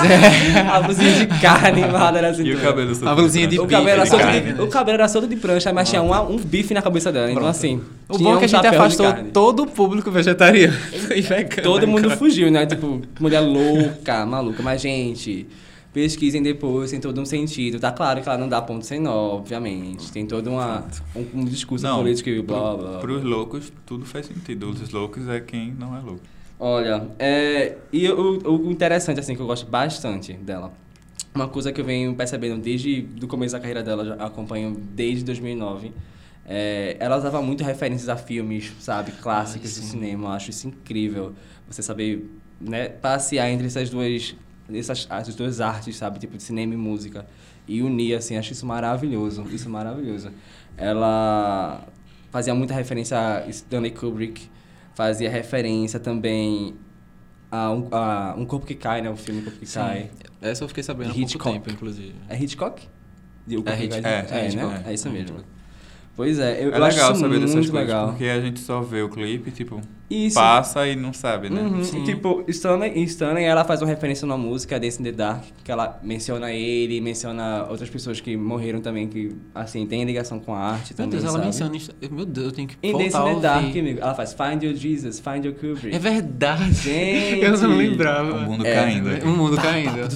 a blusinha de carne né, assim, amarrada na E cintura. o cabelo solto A blusinha atrás? de O cabelo, é era bife de solto carne, de, né? o cabelo era solto de prancha, mas tinha um, um bife na cabeça dela. Então, assim. O tinha bom é um que a gente chapéu de afastou carne. todo o público vegetariano e vegano. Todo mundo fugiu, né? Tipo, mulher louca, maluca. Mas, gente, pesquisem depois, tem todo um sentido. Tá claro que ela não dá ponto sem nó, obviamente. Tem todo uma, um, um discurso político e blá blá. blá. Para os loucos, tudo faz sentido. Os loucos é quem não é louco. Olha, é, e o, o interessante, assim, que eu gosto bastante dela. Uma coisa que eu venho percebendo desde do começo da carreira dela, já acompanho desde 2009. É, ela usava muito referências a filmes, sabe, clássicos do cinema. Eu acho isso incrível. Você saber, né, passear entre essas duas, essas, essas duas artes, sabe, tipo de cinema e música. E unir, assim, acho isso maravilhoso. Isso maravilhoso. Ela fazia muita referência a Stanley Kubrick fazia referência também a um, a um corpo que cai, né? O filme Corpo que cai. Essa eu fiquei sabendo há Hitchcock. pouco tempo, inclusive. É Hitchcock? E o Corpo que Hitch- Cai- é, é, é né? Hitchcock. É isso mesmo. Pois é, eu, é eu acho legal isso saber muito dessas coisas, legal. porque a gente só vê o clipe, tipo, Isso. passa e não sabe, né? Uhum. Sim. E, tipo, Stanley, Stanley, ela faz uma referência numa música, Dance in the Dark, que ela menciona ele, menciona outras pessoas que morreram também, que, assim, tem ligação com a arte Meu também, Deus, ela sabe? menciona isso. Meu Deus, eu tenho que Em Dance voltar a in the Dark, ouvir. amigo, ela faz Find Your Jesus, Find Your Kubrick. É verdade. Gente. Eu não O lembrava. mundo É, caindo. O Tá, um mundo caindo. tá,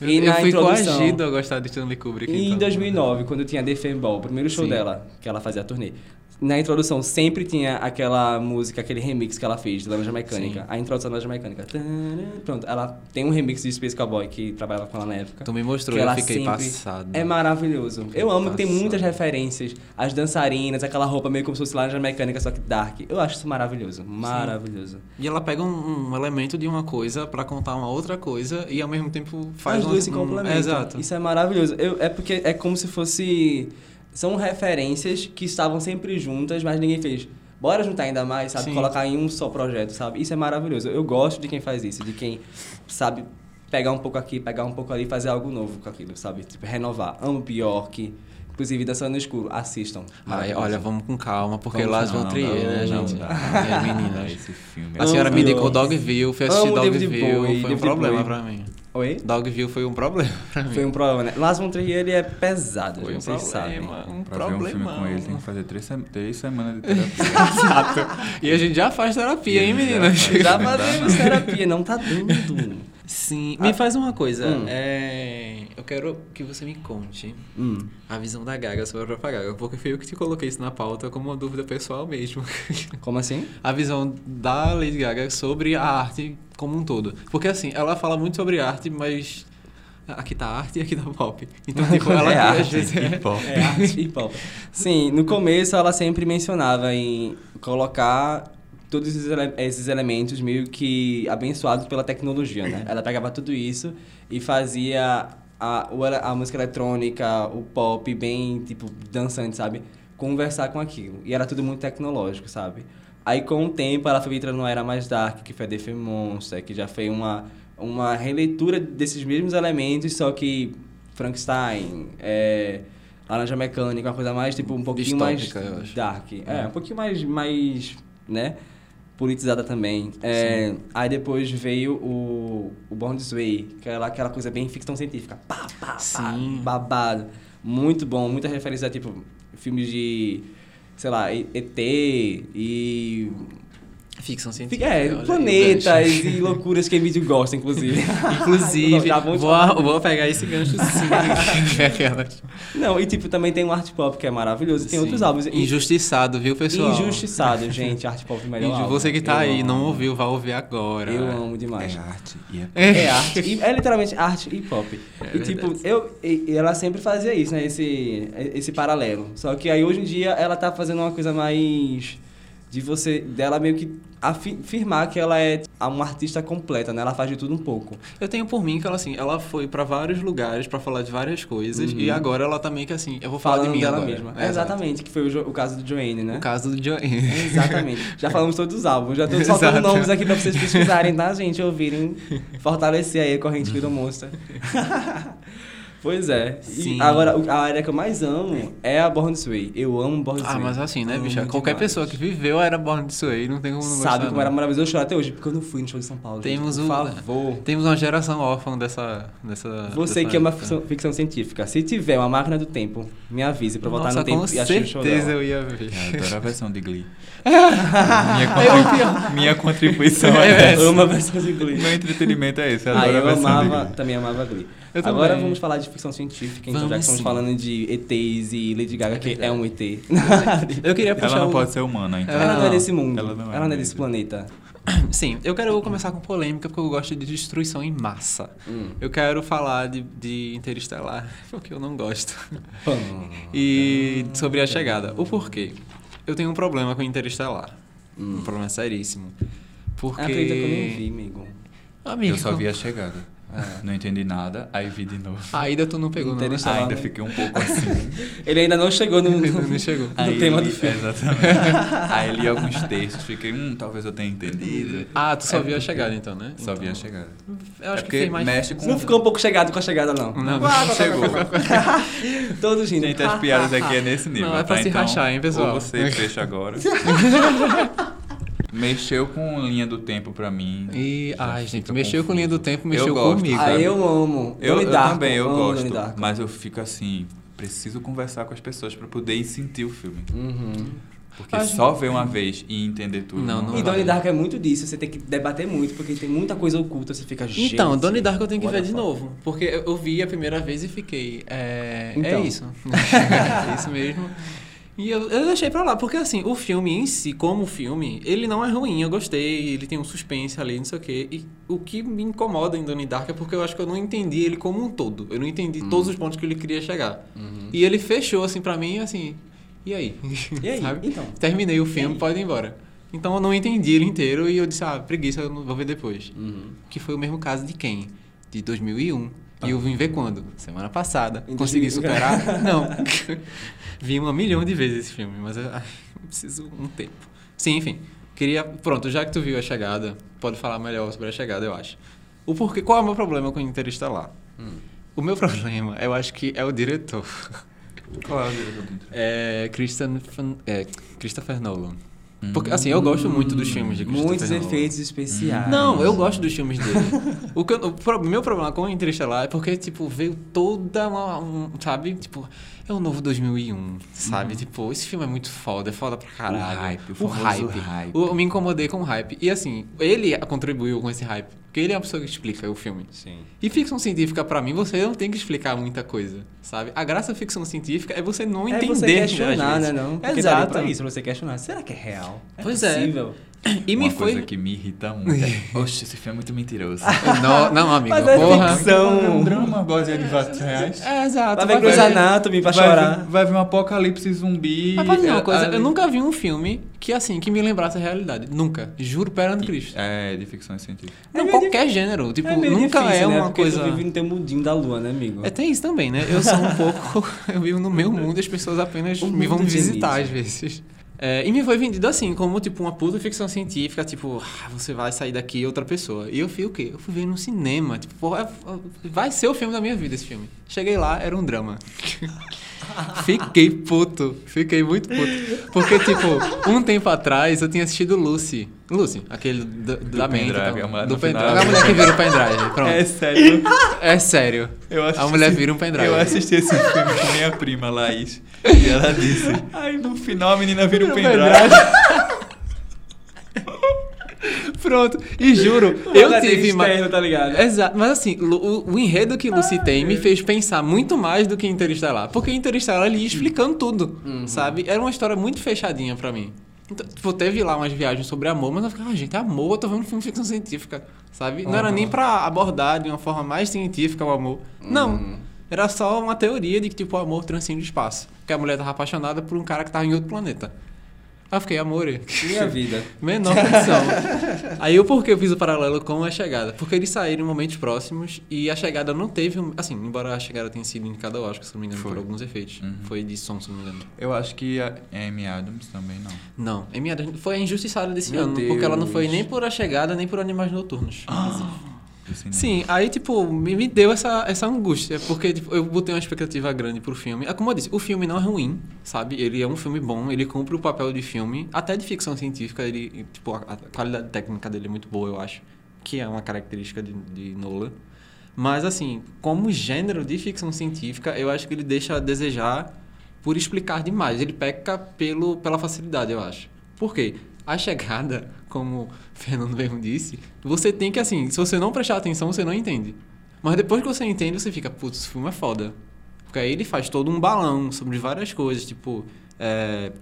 Eu, E eu na fui introdução- coagido a gostar de Stanley Kubrick. E em então. 2009, quando tinha The Fanball, o primeiro show Sim. dela, que ela fazia a turnê, na introdução sempre tinha aquela música, aquele remix que ela fez de Laranja Mecânica. Sim. A introdução da Laranja Mecânica. Tanã, Pronto, ela tem um remix de Space Cowboy que trabalhava com ela na época. Tu me Então mostrou, que eu ela fiquei sempre passado. É maravilhoso. Fiquei Eu amo que tem passado. muitas referências. As dançarinas, aquela roupa meio como se fosse Laranja Mecânica, só que dark. Eu acho isso maravilhoso. Maravilhoso. E ela pega um, um elemento de uma coisa pra contar uma outra coisa e ao mesmo tempo faz As um, duas se um- complementam. Exato. Isso é maravilhoso. Eu- é porque é como se fosse. São referências que estavam sempre juntas, mas ninguém fez. Bora juntar ainda mais, sabe? Sim. Colocar em um só projeto, sabe? Isso é maravilhoso. Eu gosto de quem faz isso, de quem sabe pegar um pouco aqui, pegar um pouco ali, fazer algo novo com aquilo, sabe? Tipo, renovar. Amo Bjork. Inclusive, Dançando no Escuro. Assistam. Ai, Maravilhoso. olha, vamos com calma, porque Vamos- lá elas não, vão não, trier, né, não, gente? não dá. Ah, Minhas meninas. Esse filme. Um A senhora me Amo indicou Deus. Dogville, fui assistir Amo David Dogville, foi Bowie, um David problema Bowie. pra mim. Oi? Dogville foi um problema pra mim. Foi um problema, né? Lars von Trier, ele é pesado, Foi um gente, vocês sabem. problema, um Pra ver um filme problema. com ele, tem que fazer três, sem- três semanas de terapia. Exato. E a gente já faz terapia, hein, E a gente Já já faz. meninas? Não dá, fazemos terapia, não tá dando. Sim. Me faz uma coisa. Hum. é, Eu quero que você me conte Hum. a visão da Gaga sobre a própria Gaga. Porque foi eu que te coloquei isso na pauta como uma dúvida pessoal mesmo. Como assim? a visão da Lady Gaga sobre a arte como um todo. Porque assim, ela fala muito sobre arte, mas aqui tá arte e aqui tá pop. Então, tipo, ela É que, arte às vezes e pop. É, arte e pop. Sim, no começo ela sempre mencionava em colocar todos esses, ele- esses elementos meio que abençoados pela tecnologia, né? Ela pegava tudo isso e fazia a, o ele- a música eletrônica, o pop, bem, tipo, dançante, sabe? Conversar com aquilo. E era tudo muito tecnológico, sabe? Aí, com o tempo, ela foi entrando numa era mais dark, que foi a Death Monster, que já foi uma, uma releitura desses mesmos elementos, só que Frankenstein, é, Laranja Mecânica, uma coisa mais, tipo, um pouquinho Distópica, eu mais acho. dark. É, um pouquinho mais, mais né? Politizada também. É, aí depois veio o, o Born This Way, que era aquela coisa bem ficção científica. Pá, pá, pá, Sim. babado. Muito bom, muita referência a, tipo, filmes de, sei lá, E- ET e... Ficção científica. É, planetas e loucuras que a Emílio gosta, inclusive. Inclusive, Já vamos vou, a- vou pegar esse gancho sim. Aquelas. Não, e tipo, também tem o Art Pop, que é maravilhoso. E tem Sim. outros álbuns. Injustiçado, viu, pessoal? Injustiçado, gente. Art Pop melhor Inju- álbum. Você que tá Eu aí, amo. não ouviu, vai ouvir agora. Eu amo demais. arte e é É arte, e- é literalmente arte e pop. É e tipo, verdade. eu, e- e ela sempre fazia isso, né? Esse, esse paralelo. Só que aí hoje em dia ela tá fazendo uma coisa mais de você, dela meio que afi- afirmar que ela é uma artista completa, né? Ela faz de tudo um pouco. Eu tenho por mim que ela assim, ela foi pra vários lugares pra falar de várias coisas e agora ela tá meio que assim, eu vou falar de Uhum. Falando mim dela agora. mesma. É, exato. Exatamente, que foi o, jo- o caso do Joanne, né? O caso do Joanne. Exatamente. Já falamos todos os álbuns. Já tô soltando Exato. nomes aqui pra vocês pesquisarem, tá, gente? Ouvirem. Fortalecer aí a corrente do Monster. pois é. E Sim. agora, o- a área que eu mais amo é a Born This Way. Eu amo Born This Ah, Way. mas assim, né, Amo bicha? Qualquer demais. pessoa que viveu a era Born This Way, não tem como não Sabe gostar, como não. era maravilhoso. Eu choro até hoje, porque eu não fui no show de São Paulo. gente. Temos um Por o- favor. Temos uma geração órfã dessa dessa Você dessa que ama época. ficção, ficção científica, se tiver uma máquina do tempo, me avise pra voltar Nossa, no tempo com e assistir o show certeza dela. eu ia ver. Eu adoro a versão de Glee. minha, É contribui- minha contribuição é essa. Eu amo a versão de Glee. Meu entretenimento é esse. Eu Ah, adoro a eu versão amava, de Glee. também amava Glee. Eu Agora também. vamos falar de ficção científica, então, Vamos já que estamos sim. falando de ETs e Lady Gaga, que é um ET. Eu queria puxar Ela não o- pode ser humana, então. Ela não, é não. desse mundo, ela Ela não não é, é desse mesmo. planeta. Sim, eu quero começar com polêmica porque eu gosto de destruição em massa. Hum. Eu quero falar de, de Interestelar, porque eu não gosto. Pam. E sobre a chegada. O porquê? Eu tenho um problema com Interestelar. Um problema seríssimo. Porque. Acredita que eu nem vi, amigo. Amigo, Eu só vi a chegada. Não entendi nada, aí vi de novo. Ainda tu É. não pegou, não, né? Interestelar. Ainda fiquei um pouco assim. Ele ainda não chegou no, Ainda no, não chegou. no tema li- do filme. Exatamente. aí li alguns textos, fiquei, hum, talvez eu tenha entendido. Ah, tu só viu a chegada então, né? Só vi a Então, chegada. Eu acho É que porque tem mais. mexe com... Não ficou um pouco chegado com a chegada, não. Não, Quá, quá, quá, chegou. quá, quá. Todos rindo. Gente, as piadas aqui é nesse nível. Não, é pra tá? se Então, rachar, hein, pessoal? Ou você fecha agora. mexeu com linha do tempo pra mim. E, Já ai, gente, fica mexeu com confuso. linha do tempo, Eu mexeu gosto, comigo. Ah, sabe? eu amo. Eu, Donnie eu Darko, também, eu amo Donnie gosto. Darko. Mas eu fico assim, preciso conversar com as pessoas pra poder sentir o filme. Uhum. Porque Ah, só ver uma vez e entender tudo. Não, não E vai. dá. Donnie Darko é muito disso, você tem que debater muito, porque tem muita coisa oculta, você fica gente, Então, Donnie Darko eu tenho que what ver the de fuck? novo. Porque eu eu vi a primeira vez e fiquei. É, Então. é isso. é isso mesmo. E eu, eu deixei pra lá, porque assim, o filme em si, como filme, ele não é ruim, eu gostei, ele tem um suspense ali, não sei o quê. E o que me incomoda em Donnie Darko é porque eu acho que eu não entendi ele como um todo. Eu não entendi Hum. todos os pontos que ele queria chegar. E ele fechou, assim, pra mim, assim, e aí? Uhum. E aí? Então. Terminei o E filme, aí? pode ir embora. Então eu não entendi ele inteiro e eu disse, ah, preguiça, eu não vou ver depois. Uhum. Que foi o mesmo caso de quem? De 2001. E eu vim ver quando? Semana passada. Em Consegui 2001. superar? Não. vi uma milhão de vezes esse filme, mas eu, ai, eu preciso um tempo. Sim, enfim. Queria. Pronto, já que tu viu a chegada, pode falar melhor sobre a chegada, eu acho. O porquê. Qual é o meu problema com o Interestelar? O meu problema, eu acho que é o diretor. Qual é o diretor do intro? É. Christian, Fan- é, Christopher Nolan. Porque, assim, eu gosto muito dos filmes de Christopher Muitos Nolan. efeitos especiais. Não, eu gosto dos filmes dele. o, que eu- o pro- meu problema com o Interestelar é porque, tipo, veio toda uma. um, sabe? Tipo, é o novo 2001, sabe? Tipo, esse filme é muito foda, é foda pra caralho. O hype, o famoso hype. O- eu me incomodei com o hype. E, assim, ele contribuiu com esse hype. Porque ele é uma pessoa que explica o filme. Sim. E ficção científica, pra mim, você não tem que explicar muita coisa, sabe? A graça da ficção científica é você não é entender. você questionar, às né? vezes. Não? Porque tá ali Exato. pra isso, pra você questionar. Será que é real? Pois é é. possível? E uma me foi. coisa que me irrita muito. é, Oxe, esse filme é muito mentiroso. Não, não, amigo, Mas é porra. ficção. São- É um drama baseado em fatos reais. É, exato. Vai ver Grey's vai- Anatomy pra vai chorar. Vir, vai vir um apocalipse zumbi. Mas pra dizer uma coisa, é, eu nunca vi um filme que assim, que me lembrasse a realidade. Nunca. Juro perante Cristo. É, de ficção científica. É não, meio qualquer gênero. Tipo, meio nunca difícil, né? é uma Porque coisa. Tu vive no teu mundinho da lua, né, amigo? É, tem isso também, né? Eu sou um pouco. Eu vivo no meu mundo e as pessoas apenas O me vão mundo de visitar Nietzsche. às vezes. É, e me foi vendido assim, como tipo uma puta ficção científica, tipo, ah, você vai sair daqui outra pessoa. E eu fui o quê? Eu fui ver no cinema, tipo, pô, é- vai ser o filme da minha vida esse filme. Cheguei lá, era um drama. fiquei puto, fiquei muito puto. Porque, tipo, um tempo atrás eu tinha assistido Lucy. Lucy, aquele do, da mente. então. pendrive, a mulher do no pendrive. final. A mulher que vira o pendrive, pronto. É sério. É sério. Eu assisti, A mulher vira um pendrive. Eu assisti esse filme com minha prima, Laís. E ela disse: Ai, no final a menina vira um pendrive. Pronto. E juro, O eu lazer tive mais. externo, tá ligado? Exato. Mas assim, Lu- o, o enredo que Lucy tem me fez pensar muito mais do que Interestelar. Porque Interestelar ele ia explicando tudo, sabe? Era uma história muito fechadinha pra mim. Então, tipo, teve lá umas viagens sobre amor, mas eu ficava, ah, gente, amor, eu tô vendo um filme de ficção científica, sabe? Não era nem pra abordar de uma forma mais científica o amor. Não. Era só uma teoria de que, tipo, o amor transcende o espaço. Que a mulher tava apaixonada por um cara que tava em outro planeta. Aí eu fiquei, amor, Minha vida. Menor condição. Aí o porquê eu fiz o paralelo com a chegada? Porque eles saíram em momentos próximos e a chegada não teve. um- Assim, embora a chegada tenha sido indicada, eu acho que, se não me engano, Foi. por alguns efeitos. Uhum. Foi de som, se não me engano. Eu acho que a Amy Adams também não. Não, Amy Adams foi a injustiçada desse Meu ano, porque ela não foi Deus. nem por a chegada, nem por animais noturnos. do cinema. Sim, aí, tipo, me, me deu essa, essa angústia, porque tipo, eu botei uma expectativa grande pro filme. Ah, Como eu disse, o filme não é ruim, sabe? Ele é um filme bom, ele cumpre o papel de filme, até de ficção científica, ele, tipo, a, a qualidade técnica dele é muito boa, eu acho, que é uma característica de, de Nolan. Mas, assim, como gênero de ficção científica, eu acho que ele deixa a desejar por explicar demais. Ele peca pelo, pela facilidade, eu acho. Por quê? A chegada, como o Fernando mesmo disse, você tem que, assim, se você não prestar atenção, você não entende. Mas depois que você entende, você fica, putz, esse filme é foda. Porque aí ele faz todo um balão sobre várias coisas, tipo, é,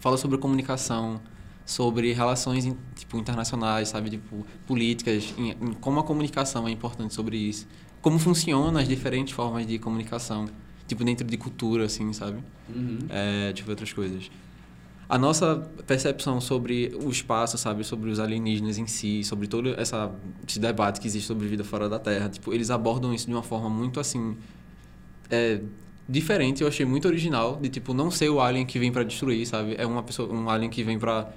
fala sobre comunicação, sobre relações in- tipo, internacionais, sabe? Tipo, políticas, em- em como a comunicação é importante sobre isso. Como funcionam as diferentes formas de comunicação, tipo, dentro de cultura, assim, sabe? Uhum. É, deixa eu ver outras coisas. A nossa percepção sobre o espaço, sabe? Sobre os alienígenas em si, sobre todo essa, esse debate que existe sobre vida fora da Terra. Tipo, eles abordam isso de uma forma muito, assim... É, diferente, eu achei muito original. De, tipo, não ser o alien que vem pra destruir, sabe? É uma pessoa, um alien que vem pra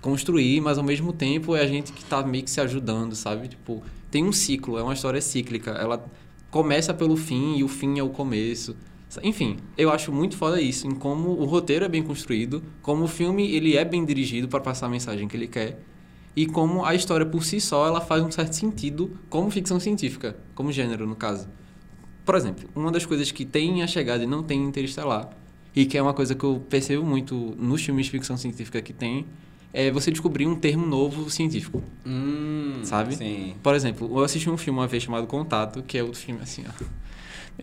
construir, mas ao mesmo tempo é a gente que tá meio que se ajudando, sabe? Tipo, tem um ciclo, é uma história cíclica. Ela começa pelo fim e o fim é o começo. Enfim, eu acho muito foda isso, em como o roteiro é bem construído, como o filme ele é bem dirigido para passar a mensagem que ele quer e como a história por si só ela faz um certo sentido como ficção científica, como gênero no caso. Por exemplo, uma das coisas que tem a chegada e não tem em interestelar, e que é uma coisa que eu percebo muito nos filmes de ficção científica que tem, é você descobrir um termo novo científico. Hum, Sabe? Sim. Por exemplo, eu assisti um filme uma vez chamado Contato, que é outro filme assim, ó.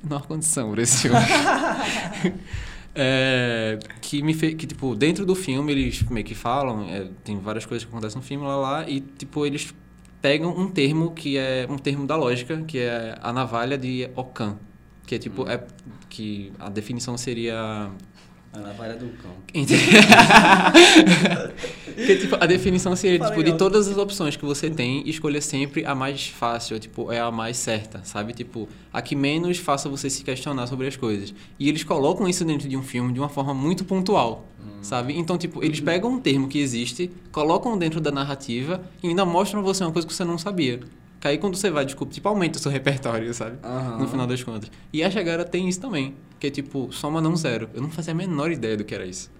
Menor condição pra esse filme. É, que me fez. Que, tipo, dentro do filme eles meio que falam, é, tem várias coisas que acontecem no filme lá, lá, e, tipo, eles pegam um termo que é um termo da lógica, que é a navalha de Ockham. Que é tipo. É, que a definição seria. A navalha do cão. Entendi. Porque, tipo, a definição seria, Fala tipo, aí, de ó. todas as opções que você tem, escolha sempre a mais fácil, tipo, é a mais certa, sabe? Tipo, a que menos faça você se questionar sobre as coisas. E eles colocam isso dentro de um filme de uma forma muito pontual, Hum. sabe? Então, tipo, eles pegam um termo que existe, colocam dentro da narrativa e ainda mostram pra você uma coisa que você não sabia. Que aí quando você vai, desculpa, tipo, aumenta o seu repertório, sabe? Aham. No final das contas. E a chegada tem isso também, que é tipo, soma não zero. Eu não fazia a menor ideia do que era isso.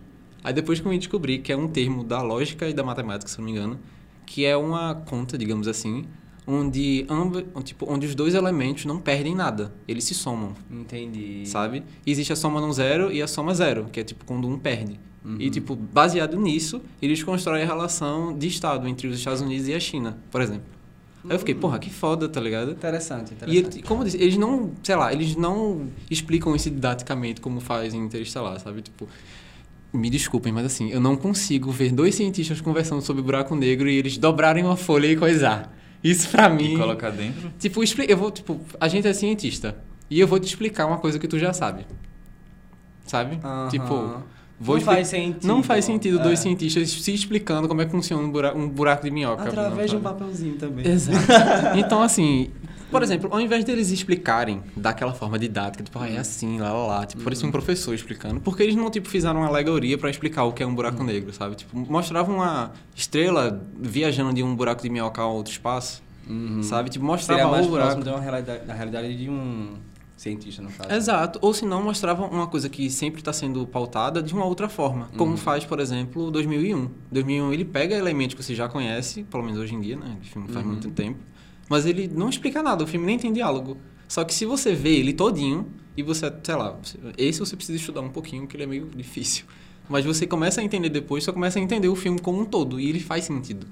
Aí depois que eu me descobri que é um termo da lógica e da matemática, se eu não me engano, que é uma conta, digamos assim, onde, amba, tipo, onde os dois elementos não perdem nada, eles se somam Entendi. sabe? E existe a soma não zero e a soma zero, que é tipo quando um perde. E tipo, baseado nisso, eles constroem a relação de estado entre os Estados Unidos e a China, por exemplo. Aí eu fiquei, porra, que foda, tá ligado? Interessante, interessante. E ele- como eu disse, eles não, sei lá, eles não explicam isso didaticamente como fazem Interestelar, sabe? Tipo, Me desculpem, mas assim, eu não consigo ver dois cientistas conversando sobre buraco negro e eles dobrarem uma folha e coisar. Isso pra mim. E colocar dentro? Tipo, expli- eu vou, tipo, a gente é cientista. E eu vou te explicar uma coisa que tu já sabe. Sabe? Aham. Tipo, vou Não expli- faz sentido. Não faz sentido dois É. cientistas se explicando como é que funciona um buraco, um buraco de minhoca. Através de um Não, papelzinho também. Exato. Então, assim, por exemplo, ao invés deles explicarem daquela forma didática, tipo, Uhum. ah, é assim, lá, lá, lá, tipo, parecia um professor explicando, porque eles não, tipo, fizeram uma alegoria pra explicar o que é um buraco Uhum. negro, sabe? Tipo, mostrava uma estrela viajando de um buraco de minhoca a outro espaço, Uhum. sabe? Tipo, Seria mostrava mais o buraco. próximo de uma realidade, da realidade de um cientista, no caso. Exato, ou se não mostrava uma coisa que sempre está sendo pautada de uma outra forma, como faz, por exemplo, 2001. 2001 ele pega elementos que você já conhece, pelo menos hoje em dia, né? O filme faz muito tempo, mas ele não explica nada, o filme nem tem diálogo. Só que se você vê ele todinho e você, sei lá, você- esse você precisa estudar um pouquinho, porque ele é meio difícil. Mas você começa a entender depois, você começa a entender o filme como um todo e ele faz sentido.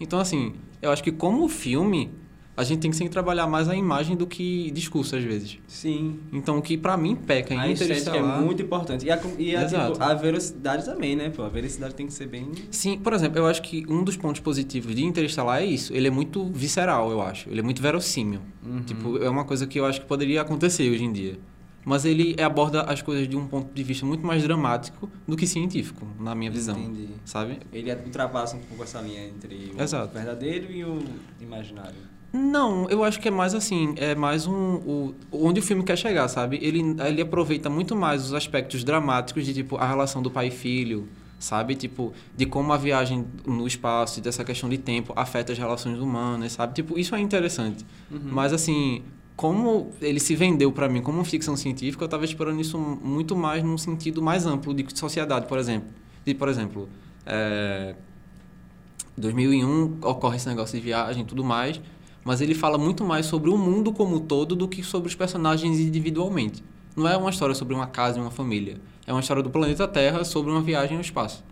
Então, assim, eu acho que como filme, a gente tem que sempre trabalhar mais a imagem do que discurso às vezes. Sim. Então, o que pra mim peca A em estética é Interestelar... muito importante. E a, com- e a, Exato. tipo, a velocidade também, né? Pô, a velocidade tem que ser bem... Sim, por exemplo, eu acho que um dos pontos positivos de Interestelar é isso. Ele é muito visceral, eu acho. Ele é muito verossímil. Uhum. Tipo, é uma coisa que eu acho que poderia acontecer hoje em dia. Mas ele aborda as coisas de um ponto de vista muito mais dramático do que científico, na minha visão. Entendi. Sabe? Ele ultrapassa um pouco essa linha entre o Exato. verdadeiro e o imaginário. Não, eu acho que é mais assim, é mais um, o, onde o filme quer chegar, sabe? Ele, ele aproveita muito mais os aspectos dramáticos de tipo a relação do pai e filho, sabe? Tipo, de como a viagem no espaço, e dessa questão de tempo afeta as relações humanas, sabe? Tipo, isso é interessante. Uhum. Mas assim, como ele se vendeu pra mim como ficção científica, eu tava esperando isso muito mais num sentido mais amplo de sociedade, por exemplo. De, por exemplo, é, 2001 ocorre esse negócio de viagem e tudo mais, mas ele fala muito mais sobre o mundo como um todo do que sobre os personagens individualmente. Não é uma história sobre uma casa e uma família. É uma história do planeta Terra sobre uma viagem ao espaço.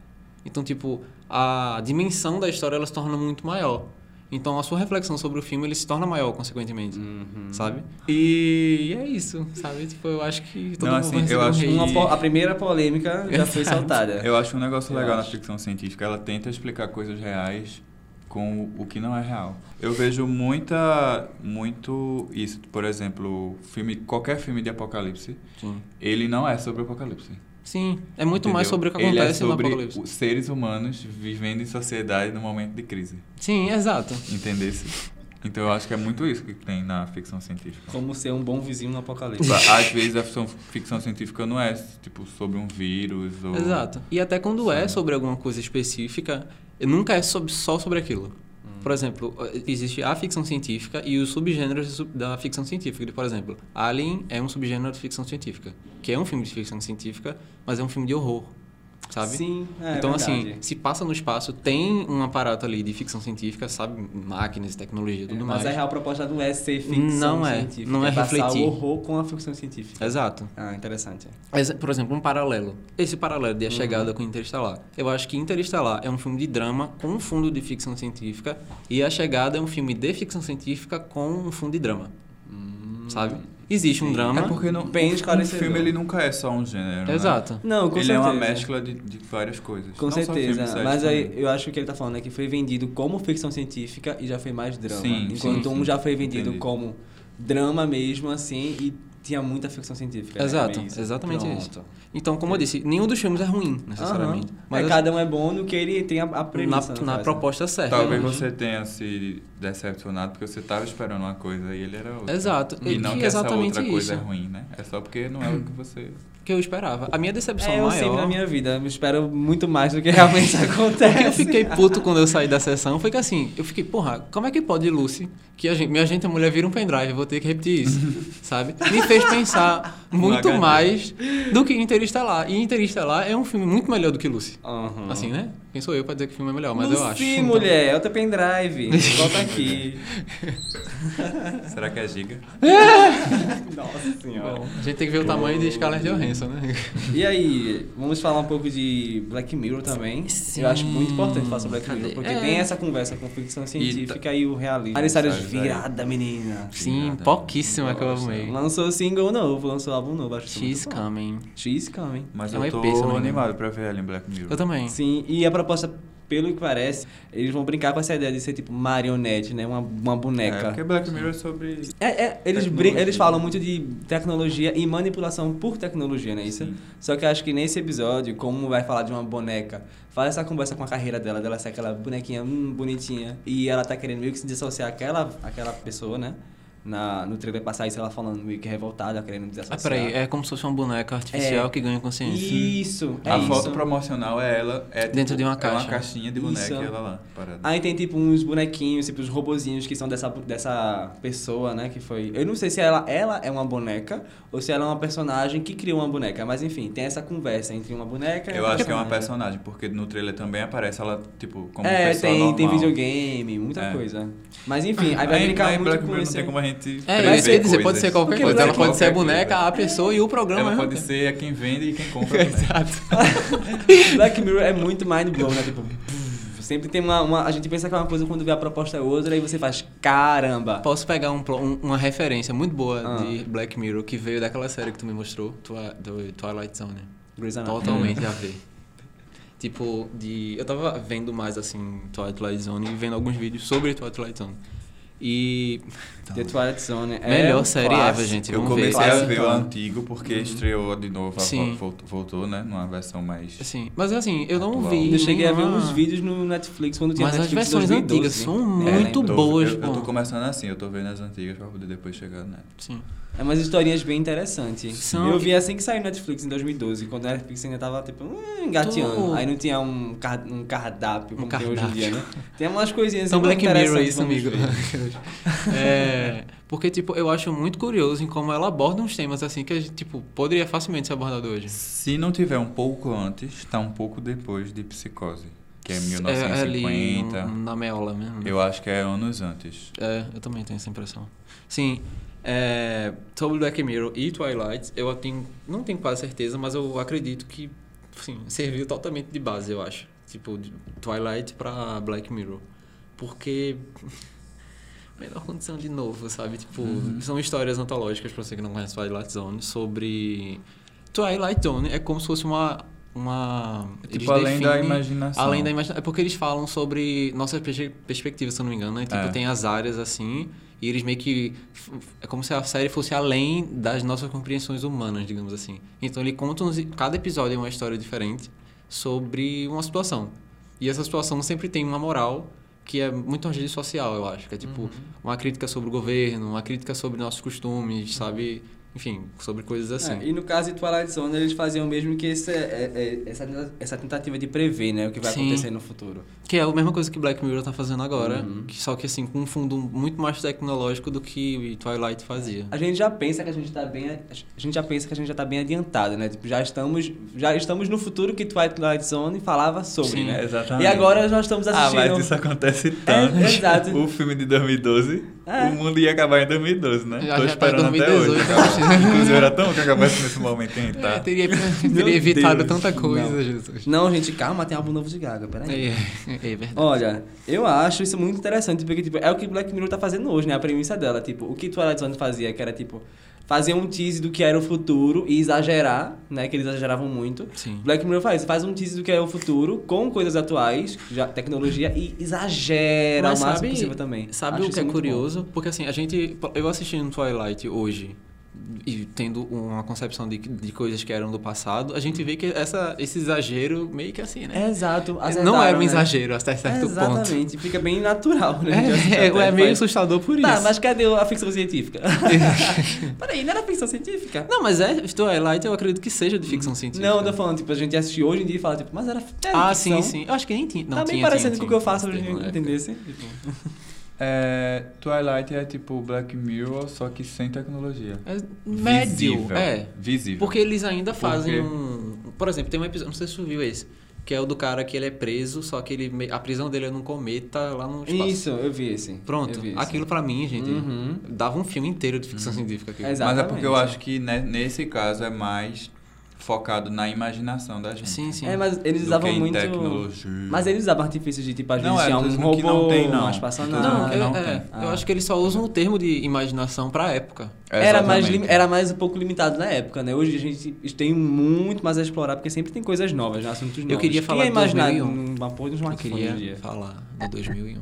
Então, tipo, a dimensão da história ela se torna muito maior. Então, a sua reflexão sobre o filme ele se torna maior, consequentemente, Hum. Uhum. sabe? E é isso, sabe? Tipo, eu acho que todo Não, mundo assim, vai receber eu um acho hate. Uma po- a primeira polêmica já foi saltada. É. Eu acho um negócio Eu legal na acho. ficção científica. Ela tenta explicar coisas reais com o- o que não é real. Eu vejo muita, muito isso. Por exemplo, filme, qualquer filme de apocalipse, Sim. ele não é sobre o apocalipse. Sim, é muito mais entendeu? sobre o que ele é acontece sobre no apocalipse. os seres humanos vivendo em sociedade no momento de crise. Sim, exato. Entendesse? Então eu acho que é muito isso que tem na ficção científica. Como ser um bom vizinho no apocalipse. Tipo, Às vezes a ficção, ficção científica não é tipo sobre um vírus ou Exato. E até quando é sobre alguma coisa específica, nunca é sob- só sobre aquilo. Hum. Por exemplo, existe a ficção científica e os subgêneros de sub- da ficção científica. Por exemplo, Alien é um subgênero de ficção científica, que é um filme de ficção científica, mas é um filme de horror, sabe? Sim, é então, verdade. assim, se passa no espaço, tem um aparato ali de ficção científica, sabe? Máquinas, tecnologia e É, tudo mas mais. a real proposta não é ser ficção Não é. científica. Não é passar refletir. o horror com a ficção científica. Exato. Ah, interessante. Ex- Por exemplo, um paralelo. Esse paralelo Uhum. de A Chegada com Interestelar. Eu acho que Interestelar é um filme de drama com um fundo de ficção científica e A Chegada é um filme de ficção científica com um fundo de drama. Sabe? Existe um drama. Hum, É porque não, Bem o esclarecedor. filme ele nunca é só um gênero. né? Exato. Não, com ele certeza. é uma mescla de, de várias coisas. Com Não só certeza. filme, série mas aí, também. eu acho que ele tá falando é que foi vendido como ficção científica e já foi mais drama. Sim, enquanto sim, um sim. já foi vendido Entendi. como drama mesmo, assim, e tinha muita ficção científica. né? Exato, Meio isso. exatamente isso. Pronto. Então, como eu disse, nenhum dos filmes é ruim, necessariamente. Aham. Mas assim, é, cada um é bom no que ele tem a, a premissa. né, na, no na caso. proposta certa. Talvez né? você tenha se decepcionado porque você estava esperando uma coisa e ele era outra. Exato. E E não que que essa exatamente outra coisa é isso. ruim, né? É só porque não é o que você. Que eu esperava. A minha decepção É, eu maior. sempre na minha vida, eu espero muito mais do que realmente O que eu acontece. fiquei puto quando eu saí da sessão foi que assim, eu fiquei, porra, como é que pode Lucy, que a gente, minha gente é mulher, vira um pendrive, eu vou ter que repetir isso, sabe? Me fez pensar No muito HD. mais do que Interestelar. E Interestelar é um filme muito melhor do que Lucy. Aham. Assim, né? Quem sou eu pra dizer que o filme é melhor, mas Uhum. Lucy, eu acho. mulher, é o teu pendrive. Volta aqui. Será que é giga? Nossa senhora. Bom, a gente tem que ver o tamanho de Scarlett Johansson, né? E aí, vamos falar um pouco de Black Mirror também. Eu acho muito importante falar sobre Black Cadê? Mirror, porque É. tem essa conversa com ficção científica e, o realismo. Várias Várias áreas áreas virada, menina. Sim, Nada. pouquíssima que eu Nossa. amei. Lançou single novo, lançou álbum novo, acho que She's isso é muito bom. coming. She's coming. Mas É um eu EP, tô se eu não me engano. animado pra ver ela em Black Mirror. Eu também. Sim, e a proposta, pelo que parece, eles vão brincar com essa ideia de ser tipo marionete, né? Uma, uma É, porque boneca. Black Mirror é sobre... É, é, eles, Tecnologia. brin- eles falam muito de tecnologia e manipulação por tecnologia, não é isso? Sim. Só que eu acho que nesse episódio, como vai falar de uma boneca, faz essa conversa com a carreira dela, dela ser aquela bonequinha hum, bonitinha, e ela tá querendo meio que se dissociar aquela, aquela pessoa, né? Na, no trailer passar isso, ela falando meio que revoltada, querendo Ah, desassociar. peraí, é como se fosse uma boneca artificial que ganha consciência. É. Isso, é assim? a isso. foto promocional é ela... É, Dentro de uma É caixa. uma caixinha de Isso. boneca e ela lá, parada. Aí tem tipo uns bonequinhos, tipo os robozinhos que são dessa, dessa pessoa, né? Que foi. Eu não sei se ela, ela é uma boneca ou se ela é uma personagem que criou uma boneca. Mas enfim, tem essa conversa entre uma boneca e Eu uma acho que é uma personagem. personagem, porque no trailer também aparece ela, tipo, como É, pessoa tem, normal. tem videogame, muita É. coisa. Mas enfim, aí vai Aí, brincar aí muito Black com Mirror não esse- tem como a gente É, prever isso que eu ia dizer, pode coisas. ser qualquer Porque coisa. Black Ela pode ser a Qualquer boneca, coisa. a pessoa e o programa. Ela né? pode ser a quem vende e quem compra. né? Exato. Black Mirror é muito mind blown, né? Tipo, pff, sempre tem uma, uma- A gente pensa que é uma coisa quando vê a proposta é outra, aí você faz, caramba! Posso pegar um plo- um- uma referência muito boa Ah. de Black Mirror que veio daquela série que tu me mostrou, Twi- do Twilight Zone. Grey's Anatomy. Totalmente a ver. Tipo, de. Eu tava vendo mais assim Twilight Zone e vendo alguns vídeos sobre Twilight Zone. E. The Twilight Zone. é Melhor um série ever, clássico. gente. Eu Vamos ver. então. Uhum. comecei a Classicão. ver o antigo porque estreou de novo, a Sim. vo- voltou, voltou, né? Numa versão mais. Assim, mas assim, eu não Atual. vi. Eu cheguei a ver nenhuma- uns vídeos no Netflix quando tinha Mas as Netflix versões 2012, antigas são né? muito lembro. Tô- boas, é, eu, pô. eu tô começando assim, eu tô vendo as antigas pra poder depois chegar, né? Sim. É umas historinhas bem interessantes. São- Eu vi assim que saiu Netflix em 2012, quando a Netflix ainda tava, tipo, hum, engateando. Tu- Aí não tinha um, car- um cardápio, Um como tem hoje em cardápio. dia, né? Tem umas coisinhas Então, muito Black Mirror, interessantes, isso, vamos amigo. ver. é, porque, tipo, eu acho muito curioso em como ela aborda uns temas assim que, a gente, tipo, poderia facilmente ser abordado hoje. Se não tiver um pouco antes, tá um pouco depois de Psicose, que é É, ali, 1950. um- na meola mesmo. né? Eu acho que é anos antes. É, eu também tenho essa impressão. Sim, é, sobre Black Mirror e Twilight, eu tenho, não tenho quase certeza, mas eu acredito que, sim, serviu totalmente de base, eu acho. Tipo, de Twilight pra Black Mirror. Porque... Melhor condição de novo, sabe? Tipo, Uhum. são histórias antológicas, pra você que não conhece Twilight Zone, sobre... Twilight Zone é como se fosse uma... uma eles Tipo, além da definem- imaginação. Além da imaginação. É porque eles falam sobre nossas perspe- perspectivas, se eu não me engano, né? Tipo, É. tem as áreas assim, e eles meio que. f- É como se a série fosse além das nossas compreensões humanas, digamos assim. Então ele conta. uns- Cada episódio é uma história diferente sobre uma situação. E essa situação sempre tem uma moral que é muito argilho social, eu acho. Que é Uhum. tipo uma crítica sobre o governo, uma crítica sobre nossos costumes, sabe? Enfim, sobre coisas assim. É, e no caso de Twilight Zone, eles faziam mesmo que esse, é- é- essa, essa tentativa de prever, né? O que vai Sim. acontecer no futuro. Que é a mesma coisa que Black Mirror tá fazendo agora, Uhum. que- só que assim, com um fundo muito mais tecnológico do que o Twilight fazia. A gente já pensa que a gente tá bem, a gente já pensa que a gente já tá bem adiantado, né? Tipo, já estamos, já estamos no futuro que Twilight Zone falava sobre, Sim. né? Exatamente. E agora nós estamos Ah, assistindo. mas isso acontece É, tanto. exato. O filme de 2012, É. o mundo ia acabar em 2012, né? Já- Tô já tá em esperando até hoje. 2018, acho. Inclusive, era tão que acabasse nesse momento, hein? né? É, Tá. teria, Meu teria evitado Deus, tanta não. coisa, Jesus. Não, gente, calma, tem álbum novo de Gaga, peraí. É, é verdade. Olha, eu acho isso muito interessante, porque tipo, é o que Black Mirror tá fazendo hoje, né? A premissa dela, tipo, o que Twilight Zone fazia, que era tipo fazer um tease do que era o futuro e exagerar, né? Que eles exageravam muito. Sim. Black Mirror faz, faz um tease do que é o futuro com coisas atuais, já tecnologia e exagera Mas É, o máximo sabe- possível também. Sabe Acho o que isso é muito curioso? Porque assim, a gente. Eu assistindo Twilight hoje e tendo uma concepção de, de coisas que eram do passado, a gente vê que essa, esse exagero meio que assim, bom. né? Exato, não acertaram, era um né? exagero até certo ponto. Exatamente, fica bem natural, né? É, é, é meio Faz- assustador por Tá, isso. mas cadê a ficção científica? Peraí, não era ficção científica? Não, mas é Twilight, eu acredito que seja de ficção científica. Não, eu tô falando, tipo, a gente assiste hoje em dia e fala, tipo, mas era, era Ah, ficção. sim, sim. Eu acho que nem tinha. Não, tá bem tinha, parecendo tinha, com o que tinha, eu faço hoje tinha, um em dia, na época. entendesse? Tipo, É, Twilight é tipo Black Mirror, só que sem tecnologia. É médio, Visível. é. Visível. Porque eles ainda Por fazem quê? um... Por exemplo, tem um episódio... Não sei se você viu esse. que é o do cara que ele é preso, só que ele, me- a prisão dele é num cometa lá no espaço. Isso, eu vi esse. Pronto, Eu vi esse. aquilo pra mim, gente, Uhum. dava um filme inteiro de ficção científica. Aquilo. Exato. Mas é porque eu Exatamente. acho que ne- nesse caso é mais focado na imaginação da gente. Sim, sim. É, mas eles Do usavam que em muito. tecnologia. Mas eles usavam artifícios de tipo, às Não, vezes é, tinha tô um dizendo robô, que não tem, não. uma Tô espaçonave. dizendo Não, que eu, não é, tem. eu Ah. acho que eles só usam o termo de imaginação pra época. Era mais, lim- Exatamente. era mais um pouco limitado na época, né? Hoje a gente tem muito mais a explorar, porque sempre tem coisas novas, né? assuntos novos. queria Quem falar ia de imaginar 2001? uma porra de um Eu smartphone hoje em queria dia. falar do 2001.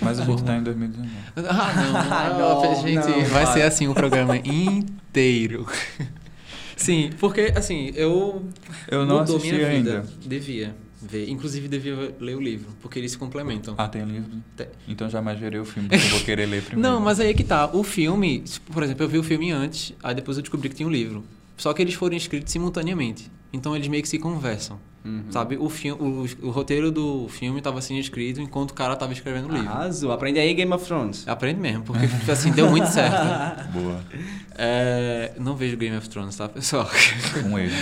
Mas a gente tá em 2019. Ah, não. Ah, não, não, gente, não, vai para. ser assim o programa inteiro. Sim, porque assim, eu Eu não mudou assisti minha vida. ainda. Devia ver, inclusive devia ler o livro, porque eles se complementam. Ah, tem livro? Tem. Então jamais gerei o filme, porque eu vou querer ler primeiro. Não, mas aí é que tá. O filme, por exemplo, eu vi o filme antes, aí depois eu descobri que tinha um livro. Só que eles foram escritos simultaneamente. Então eles meio que se conversam. Uhum. Sabe? O, fi- o, o roteiro do filme estava sendo escrito enquanto o cara estava escrevendo o Ah. livro. Arrasou. Aprende aí Game of Thrones. Aprende mesmo, porque assim, deu muito certo. Boa. É, não vejo Game of Thrones, tá, pessoal? Um erro.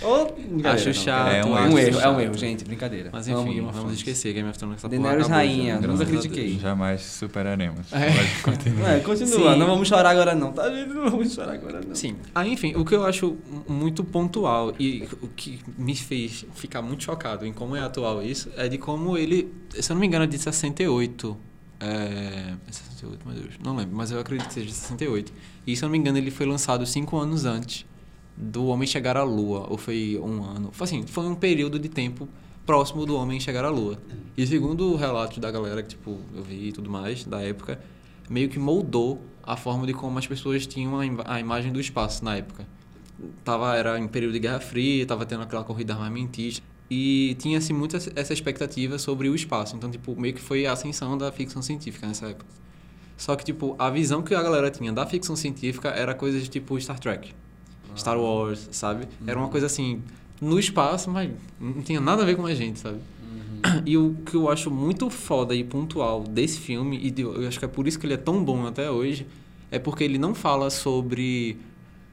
Ou- Acho não, chato, É um, erro, acho é chato. um erro, gente. Brincadeira. Mas Amo enfim, Game vamos of Thrones. esquecer Game of Thrones. Essa porra Daenerys acabou Rainha, já, nunca graças a Deus. critiquei. Jamais superaremos. É. Mas continua. É, continua, Sim. não vamos chorar agora não, tá gente? Não vamos chorar agora não. Sim. Ah, enfim, o que eu acho m- muito pontual e o que me fez ficar muito chocado em como é atual isso é de como ele, se eu não me engano, é de 68. É, é 68, meu Deus, não lembro, mas eu acredito que seja 68. E se eu não me engano, ele foi lançado cinco anos antes do Homem Chegar à Lua, ou foi um ano. Foi Assim, foi um período de tempo próximo do Homem Chegar à Lua. E segundo o relato da galera que tipo, eu vi e tudo mais da época, meio que moldou a forma de como as pessoas tinham a, im- a imagem do espaço na época. Tava, era em período de Guerra Fria, tava tendo aquela corrida armamentista. E tinha-se muito essa- essa expectativa sobre o espaço. Então, tipo, meio que foi a ascensão da ficção científica nessa época. Só que, tipo, a visão que a galera tinha da ficção científica era coisas tipo Star Trek, Star Wars, sabe? Era uma coisa assim, no espaço, mas não tinha nada a ver com a gente, sabe? E o que eu acho muito foda e pontual desse filme, e de- eu acho que é por isso que ele é tão bom até hoje, é porque ele não fala sobre,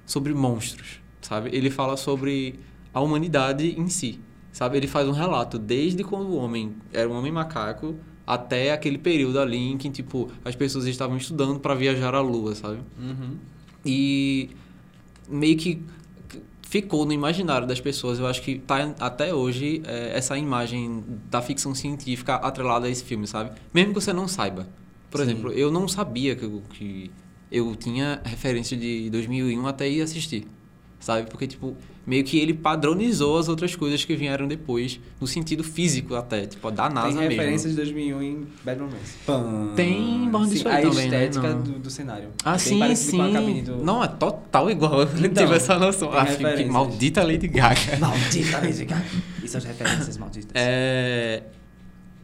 sobre monstros, sabe? Ele fala sobre a humanidade em si, sabe? Ele faz um relato desde quando o homem era um homem macaco até aquele período ali em que, tipo, as pessoas estavam estudando para viajar à lua, sabe? Uhum. E meio que ficou no imaginário das pessoas. Eu acho que tá até hoje é, essa imagem da ficção científica atrelada a esse filme, sabe? Mesmo que você não saiba. Por Sim. exemplo, eu não sabia que eu, que eu tinha referência de 2001 até ir assistir, sabe? Porque, tipo, meio que ele padronizou as outras coisas que vieram depois, no sentido físico até, tipo, da NASA Tem mesmo. referência de 2001 em Bad Romance. Pam. Tem Born This Sim, Way A também, né? estética Não. do, do cenário. Ah, É bem sim, parecido sim. com a cabine do... Não, é total igual. Eu não Então, tive essa noção. tem Ah, que- que referências. maldita Lady Gaga. Maldita Lady Gaga. E suas referências malditas. É...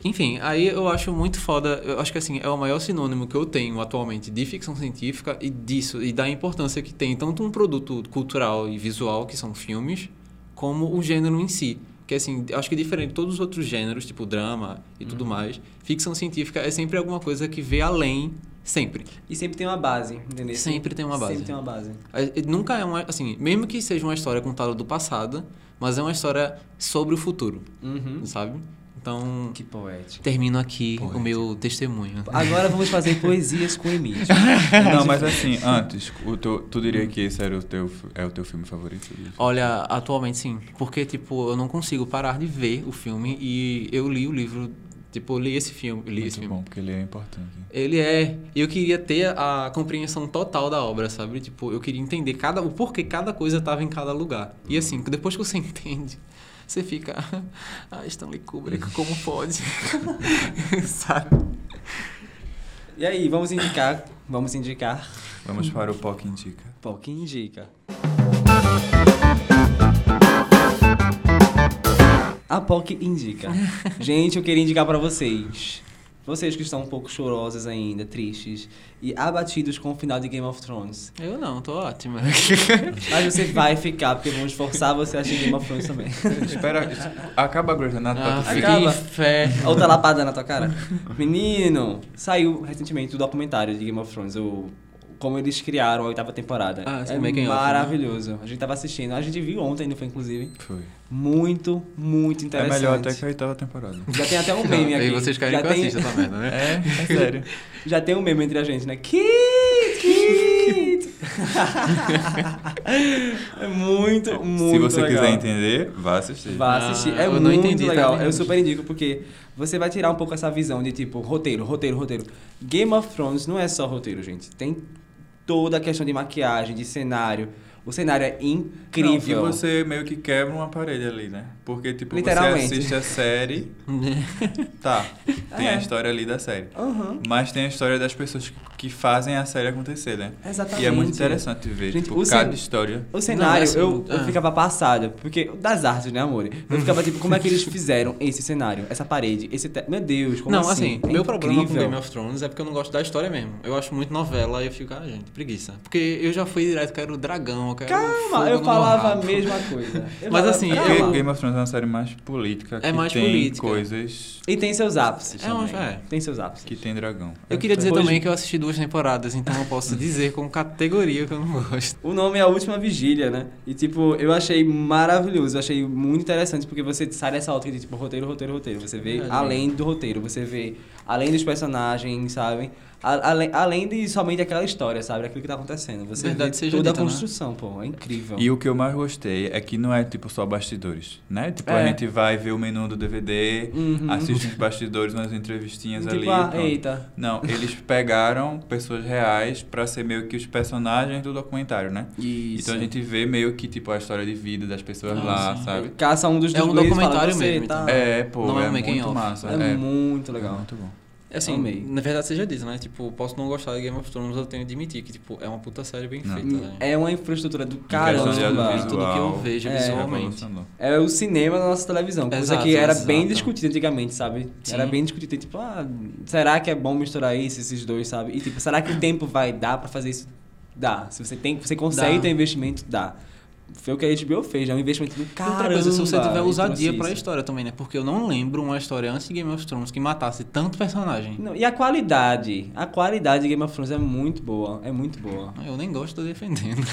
Enfim, aí eu acho muito foda. Eu acho que assim, é o maior sinônimo que eu tenho atualmente de ficção científica e disso, e da importância que tem tanto um produto cultural e visual, que são filmes, como o gênero em si. Que assim, eu acho que diferente de todos os outros gêneros, tipo drama e tudo mais, ficção científica é sempre alguma coisa que vê além, sempre. E sempre tem uma base, entendeu? Sempre tem uma base. Sempre tem uma base. É, é, Nunca é uma. Assim, mesmo que seja uma história contada do passado, mas é uma história sobre o futuro, Uhum. sabe? Então, Que poética. termino aqui Poético. o meu testemunho. Agora vamos fazer poesias com Emílio. Não, mas assim, antes, o teu- tu diria que esse era o teu, fi- é o teu filme favorito? Olha, atualmente sim, porque, tipo, eu não consigo parar de ver o filme e eu li o livro. Tipo, eu li esse filme. Li Muito esse filme. bom, porque ele é importante. Ele é. Eu queria ter a compreensão total da obra, sabe? Tipo, eu queria entender cada, o porquê cada coisa estava em cada lugar. E assim, depois que você entende, você fica. Ah, Stanley Kubrick, como pode? sabe? E aí, vamos indicar. Vamos indicar. Vamos para o POC Indica. Pô, que indica. A POC indica. Gente, eu queria indicar pra vocês. Vocês que estão um pouco chorosas ainda, tristes e abatidos com o final de Game of Thrones. Eu não, tô ótima. Mas você vai ficar, porque vamos forçar você a assistir Game of Thrones também. Espera, acaba a Grosanato pra tu ah, fica- ficar. fiquei Acaba. inferno. Outra lapada na tua cara. Menino, saiu recentemente o documentário de Game of Thrones, o, como eles criaram a oitava temporada. Ah, esse é making of, né? maravilhoso. A gente tava assistindo. A gente viu ontem, não foi, inclusive. Foi. Muito, muito É interessante. melhor até que a oitava temporada. Já tem até um meme aqui. Aí vocês querem já que eu tem, assista essa merda, né? É, é sério. Já tem um meme entre a gente, né? Kit! Kit! é muito, muito Se você legal. quiser entender, vá assistir. Vá Ah, assistir. é eu não muito entendi legal. também. Eu super indico, porque você vai tirar um pouco essa visão de tipo, roteiro, roteiro, roteiro. Game of Thrones não é só roteiro, gente. Tem toda a questão de maquiagem, de cenário. O cenário é incrível. Não, e você meio que quebra um aparelho ali, né? Porque, tipo, você Literalmente. assiste a série, né? tá, tem É. a história ali da série. Aham. Mas tem a história das pessoas que fazem a série acontecer, né? Exatamente. E é muito interessante ver, Gente, tipo, o cada cen- história. O cenário, assim, eu, eu ah. ficava passada, porque das artes, né, amor? Eu ficava tipo, como é que eles fizeram esse cenário, essa parede, esse te... meu Deus, como não, assim? assim, É meu problema com incrível. Game of Thrones é porque eu não gosto da história mesmo. Eu acho muito novela e eu fico, ah, gente, preguiça. Porque eu já fui direto, quero dragão, eu quero. é fogo Calma, eu no falava a rabo. mesma coisa. Eu Mas falava- assim, É Calma. porque eu- Game of Thrones é uma série mais política. É que mais tem política. coisas E tem seus ápices. É uma- também. é. Tem seus ápices. que tem dragão. Eu queria dizer Hoje- também que eu assisti duas temporadas, então eu posso dizer com categoria que eu não gosto. O nome é A Última Vigília, né? E, tipo, eu achei maravilhoso, eu achei muito interessante, porque você sai dessa ótica de, tipo, roteiro, roteiro, roteiro. Você vê Verdade. além do roteiro, você vê além dos personagens, sabe? A- além, além de somente aquela história, sabe? Aquilo que tá acontecendo. Você Verdade vê seja toda a dita, né? construção, pô. É incrível. E o que eu mais gostei é que não é tipo só bastidores, né? Tipo, É. a gente vai ver o menu do DVD, Uhum. assiste os bastidores, umas entrevistinhas ali. tipo, ah, pronto. eita. Não, eles pegaram pessoas reais pra ser meio que os personagens do documentário, né? Isso. Então a gente vê meio que tipo a história de vida das pessoas Ah, lá, sim. sabe? Caça um dos É um dois e fala, documentário você mesmo, tá- então. É, É, pô, Não é é, um making muito of. massa. é. muito legal. muito bom. Assim, Amei. na verdade seja dito, né? Tipo, posso não gostar de Game of Thrones, eu tenho que admitir que, tipo, é uma puta série bem Não. feita, né? É uma infraestrutura do questão de caramba. audiovisual. Tudo que eu vejo É. visualmente. Revolucionou. É o cinema da nossa televisão, coisa Exato, que era exato. bem discutida antigamente, sabe? Sim. Era bem discutida, tipo, ah, será que é bom misturar isso, esses dois, sabe? E tipo, será que o tempo vai dar pra fazer isso? Dá. Se você tem, você consegue Dá. ter investimento, dá. Foi o que a HBO fez, é um investimento do caramba. então tipo, Outra coisa, se você e tiver trouxe ousadia pra isso. história também, né? Porque eu não lembro uma história antes de Game of Thrones que matasse tanto personagem. Não, e a qualidade, a qualidade de Game of Thrones é muito boa, é muito boa. Eu nem gosto, tô defendendo.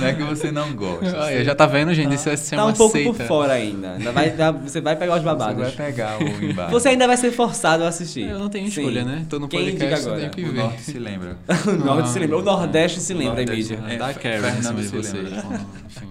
Não é que você não gosta. Olha, já tá vendo, gente? Isso é ser Tá uma um pouco seita. por fora ainda, ainda vai dar- você vai pegar os Você babados. vai pegar o embate. é Você ainda vai ser forçado a assistir. Eu não tenho Sim. escolha, né? Tô no Quem indica podcast, eu agora? tenho que O ver. norte se lembra. O Norte se lembra, o Nordeste se O lembra, Nordeste Emílio. É, Dá Fe- Karen em Fernando cima de se vocês. lembra. né? falando, né? Enfim.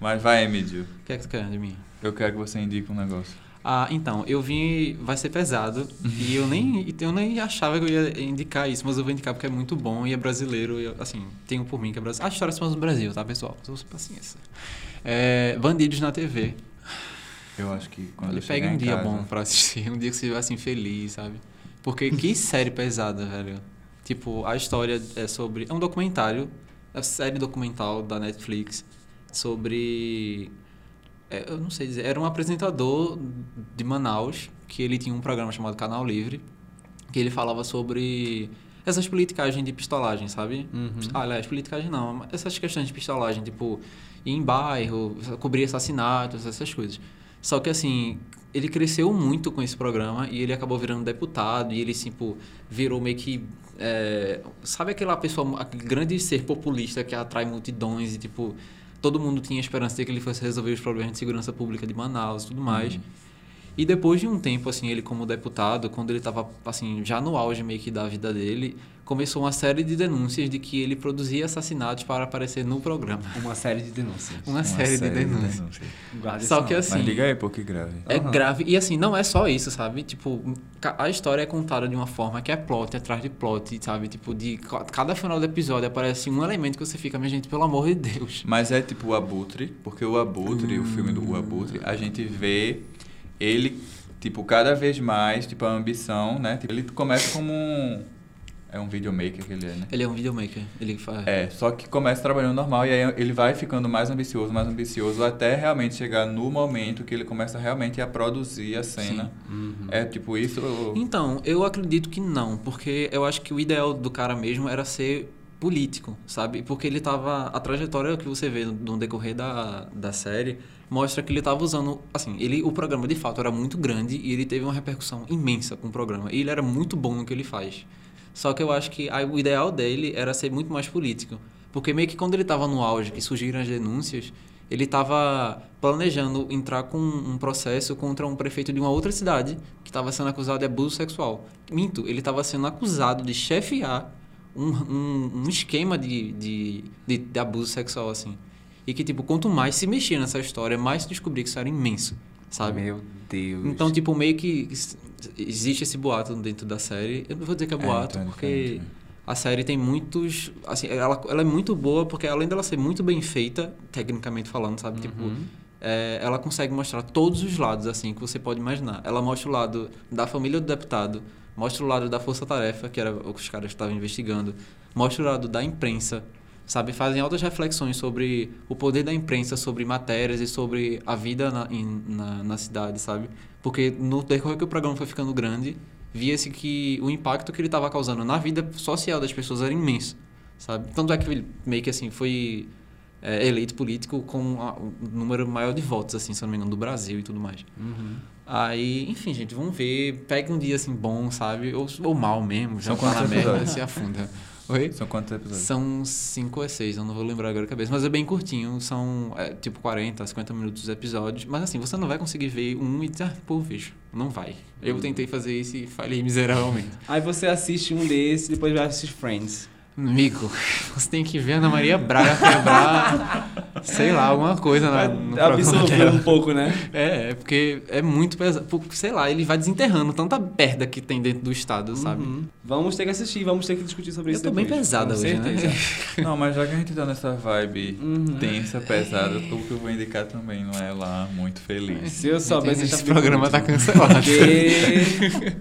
Mas vai, Emílio. O que é que tu quer de mim? Eu quero que você indique um negócio. Ah, então, eu vim. Vai ser pesado. e eu nem, eu nem achava que eu ia indicar isso, mas eu vou indicar porque é muito bom e é brasileiro. E eu, assim, tenho por mim que é brasileiro. As histórias são do Brasil, tá, pessoal? Então, paciência. É, Bandidos na TV. Eu acho que quando Olha, eu chegar pega um em dia casa- bom pra assistir, um dia que você vai assim feliz, sabe? Porque que série pesada, velho. Tipo, a história é sobre. É um documentário, é uma série documental da Netflix sobre. é, eu não sei dizer. Era um apresentador de Manaus que ele tinha um programa chamado Canal Livre que ele falava sobre essas politicagens de pistolagem, sabe? Ah, aliás, politicagem não, mas essas questões de pistolagem, tipo, ir em bairro, cobrir assassinatos, essas coisas. Só que, assim, ele cresceu muito com esse programa e ele acabou virando deputado e ele, tipo, virou meio que. é, sabe aquela pessoa, aquele grande ser populista que atrai multidões e, tipo, todo mundo tinha esperança de que ele fosse resolver os problemas de segurança pública de Manaus e tudo mais. E depois de um tempo, assim, ele como deputado, quando ele estava, assim, já no auge meio que da vida dele, começou uma série de denúncias de que ele produzia assassinatos para aparecer no programa. Uma série de denúncias. Uma, série, de denúncias. Guarda Só esse que nome. assim... Mas liga aí, pô, que grave. É Aham. grave. E assim, não é só isso, sabe? Tipo, ca- a história é contada de uma forma que é plot atrás de plot, sabe? Tipo, de ca- cada final do episódio aparece um elemento que você fica, minha gente, pelo amor de Deus. Mas é tipo o Abutre, porque o Abutre, o filme Hum. do O Abutre, a gente vê ele, tipo, cada vez mais, tipo, a ambição, né? Tipo, ele começa como um... É um videomaker que ele é, né? Ele é um videomaker. Ele faz. É, só que começa trabalhando normal e aí ele vai ficando mais ambicioso, mais ambicioso, até realmente chegar no momento que ele começa realmente a produzir a cena. Uhum. É tipo isso... Então, eu acredito que não, porque eu acho que o ideal do cara mesmo era ser político, sabe? Porque ele tava. A trajetória que você vê no decorrer da, da série mostra que ele tava usando. Assim, ele, o programa de fato era muito grande e ele teve uma repercussão imensa com o programa. E ele era muito bom no que ele faz. Só que eu acho que a- o ideal dele era ser muito mais político. Porque meio que quando ele estava no auge, que surgiram as denúncias, ele estava planejando entrar com um processo contra um prefeito de uma outra cidade que estava sendo acusado de abuso sexual. Minto, ele estava sendo acusado de chefiar um, um, um esquema de, de, de, de abuso sexual, assim. E que, tipo, quanto mais se mexer nessa história, mais se descobria que isso era imenso, sabe? Meu Deus. Então, tipo, meio que s- existe esse boato dentro da série. Eu não vou dizer que é É, boato, então é porque diferente, a série tem muitos... Assim, ela, ela é muito boa, porque além dela ser muito bem feita, tecnicamente falando, Uhum. sabe? Tipo, é, ela consegue mostrar todos os lados, assim, que você pode imaginar. Ela mostra o lado da família do deputado, mostra o lado da força-tarefa, que era o que os caras estavam investigando, mostra o lado da imprensa, sabe? Fazem altas reflexões sobre o poder da imprensa, sobre matérias e sobre a vida na, em- na, na cidade, sabe? Porque no decorrer que o programa foi ficando grande, via-se que o impacto que ele estava causando na vida social das pessoas era imenso, sabe? Tanto é que ele meio que assim foi é, eleito político com a- o número maior de votos, assim, se eu não me engano, do Brasil e tudo mais. tipo, Aí, enfim, gente, vamos ver. Pega um dia assim bom, sabe? Ou, ou mal mesmo, São já tá na quantos merda, episódios? se afunda. Oi? São quantos episódios? São 5 ou 6, eu não vou lembrar agora a cabeça. Mas é bem curtinho, são é, tipo 40, 50 minutos os episódios. Mas assim, você não vai conseguir ver um e dizer, ah, pô, vejo. Não vai. Eu tentei fazer isso e falhei miseravelmente. Aí você assiste um desses, depois vai assistir Friends. Amigo, você tem que ver a Ana Maria Braga quebrar, sei lá, alguma coisa na, no Pra programa absorver dela. um pouco, né? É, é porque é muito pesado. Porque, sei lá, ele vai desenterrando tanta merda que tem dentro do estado, sabe? Uhum. Vamos ter que assistir, vamos ter que discutir sobre Eu isso tô bem depois. pesada Com hoje, né? certeza. Não, mas já que a gente tá nessa vibe Uhum. tensa, pesada, o que eu vou indicar também não é lá muito feliz. Se eu soubesse... Esse eu tava programa tá muito- cancelado. Porque-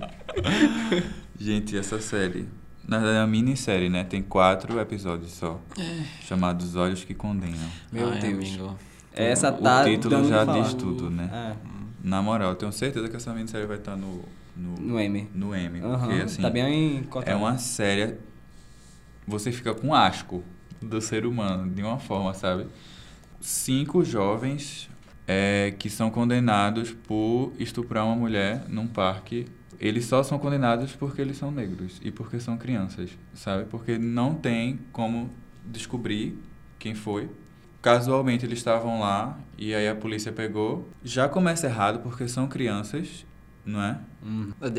É. Gente, essa série. Na verdade, é uma minissérie, né? Tem quatro episódios só. É. Chamados Olhos que Condenam. Meu Ai, Deus. amigo. Essa O tá título dando já pra falar. Ah, diz tudo, né? Na moral, eu tenho certeza que essa minissérie vai estar no, no, É, no M. no M, Aham, Porque, assim, tá bem é cotado. uma série. Você fica com asco do ser humano, de uma forma, sabe? Cinco jovens é, que são condenados por estuprar uma mulher num parque. Eles só são condenados porque eles são negros e porque são crianças, sabe? Porque não tem como descobrir quem foi. Casualmente eles estavam lá e aí a polícia pegou. Já começa errado porque são crianças, não é?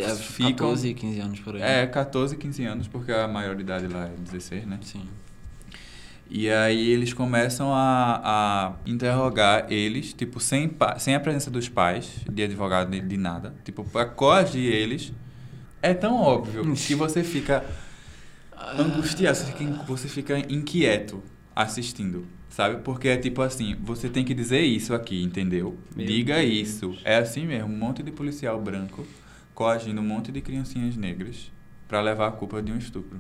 É, Ficam- 14, 15 anos por aí. né? É, 14, 15 anos, porque a maioridade lá é 16, né? Sim. E aí eles começam a, a interrogar eles, tipo, sem, pa- sem a presença dos pais, de advogado, de, de nada. Tipo, pra coagir eles. É tão óbvio que você fica angustiado, você fica, in- você fica inquieto assistindo, sabe? Porque é tipo assim, você tem que dizer isso aqui, entendeu? Meu Diga Deus. isso. É assim mesmo, um monte de policial branco coagindo um monte de criancinhas negras pra levar a culpa de um estupro.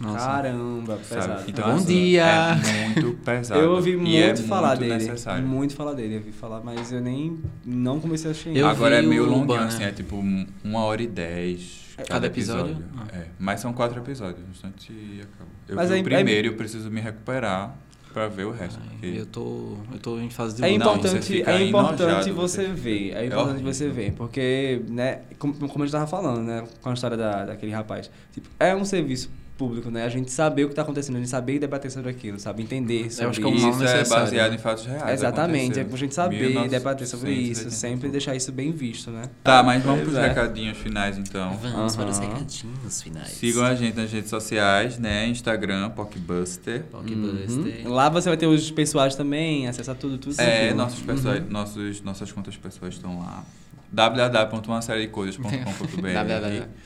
Nossa. Caramba, Sabe? pesado. Então, Bom assim, dia! É muito pesado. Eu ouvi E muito é falar muito dele. Necessário. Muito falar dele, eu ouvi falar, mas eu nem não comecei a assistir. Eu- ainda. Agora é vi meio o longo, Urbana. assim, é tipo um- uma hora e dez cada, cada episódio? É. Mas são quatro episódios, no instante e acabou. Eu Ah. Mas vi é- o primeiro e eu preciso me recuperar pra ver o resto. Ai, porque Eu tô, eu tô em fase de É luta. Não, importante, você fica é importante enojado, você você ver, é É importante horrível. você ver, porque, né, como, como eu estava falando, né, com a história da, daquele rapaz, tipo, é um serviço público, né, a gente saber o que está acontecendo, a gente saber e debater sobre aquilo, sabe, entender sobre acho que é um isso. mal Isso é necessário, baseado né? em fatos reais. Exatamente, é aconteceram. pra gente saber e 1900, debater sobre isso, 1980. sempre deixar isso bem visto, né. né? Tá, mas vamos Pois pros é. recadinhos finais então. Vamos para os Aham. recadinhos finais. Sigam a gente nas redes sociais, né? Instagram, Pockbuster. Blockbuster. Uhum. Lá você vai ter os pessoais também, acessar tudo, tudo. É, tudo. nossos pessoas, Uhum. nossos, nossas contas pessoas estão lá. www.umasseriedecoisas.com.br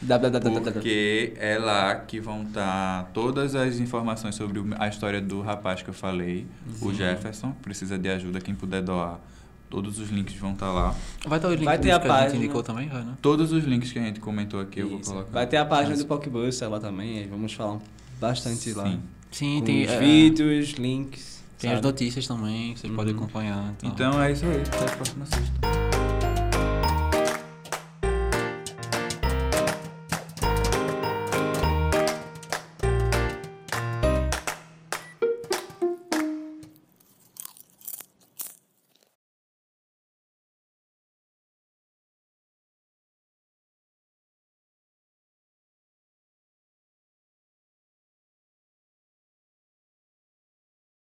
www.com.br. Porque é lá que vão estar todas as informações sobre o- a história do rapaz que eu falei, o Jefferson. Precisa de ajuda, quem puder doar. Todos os links vão estar lá. Vai estar o link Vai dos ter a que a gente página. indicou também, vai, né? Todos os links que a gente comentou aqui eu vou Isso. colocar. Vai ter a página do Pockbuster lá também, vamos falar bastante lá. Sim. Sim, Com tem, os é, vídeos, links. tem sabe? Uhum. Então, as notícias também, que vocês podem acompanhar. e tal. Então é isso aí. Até a próxima sexta.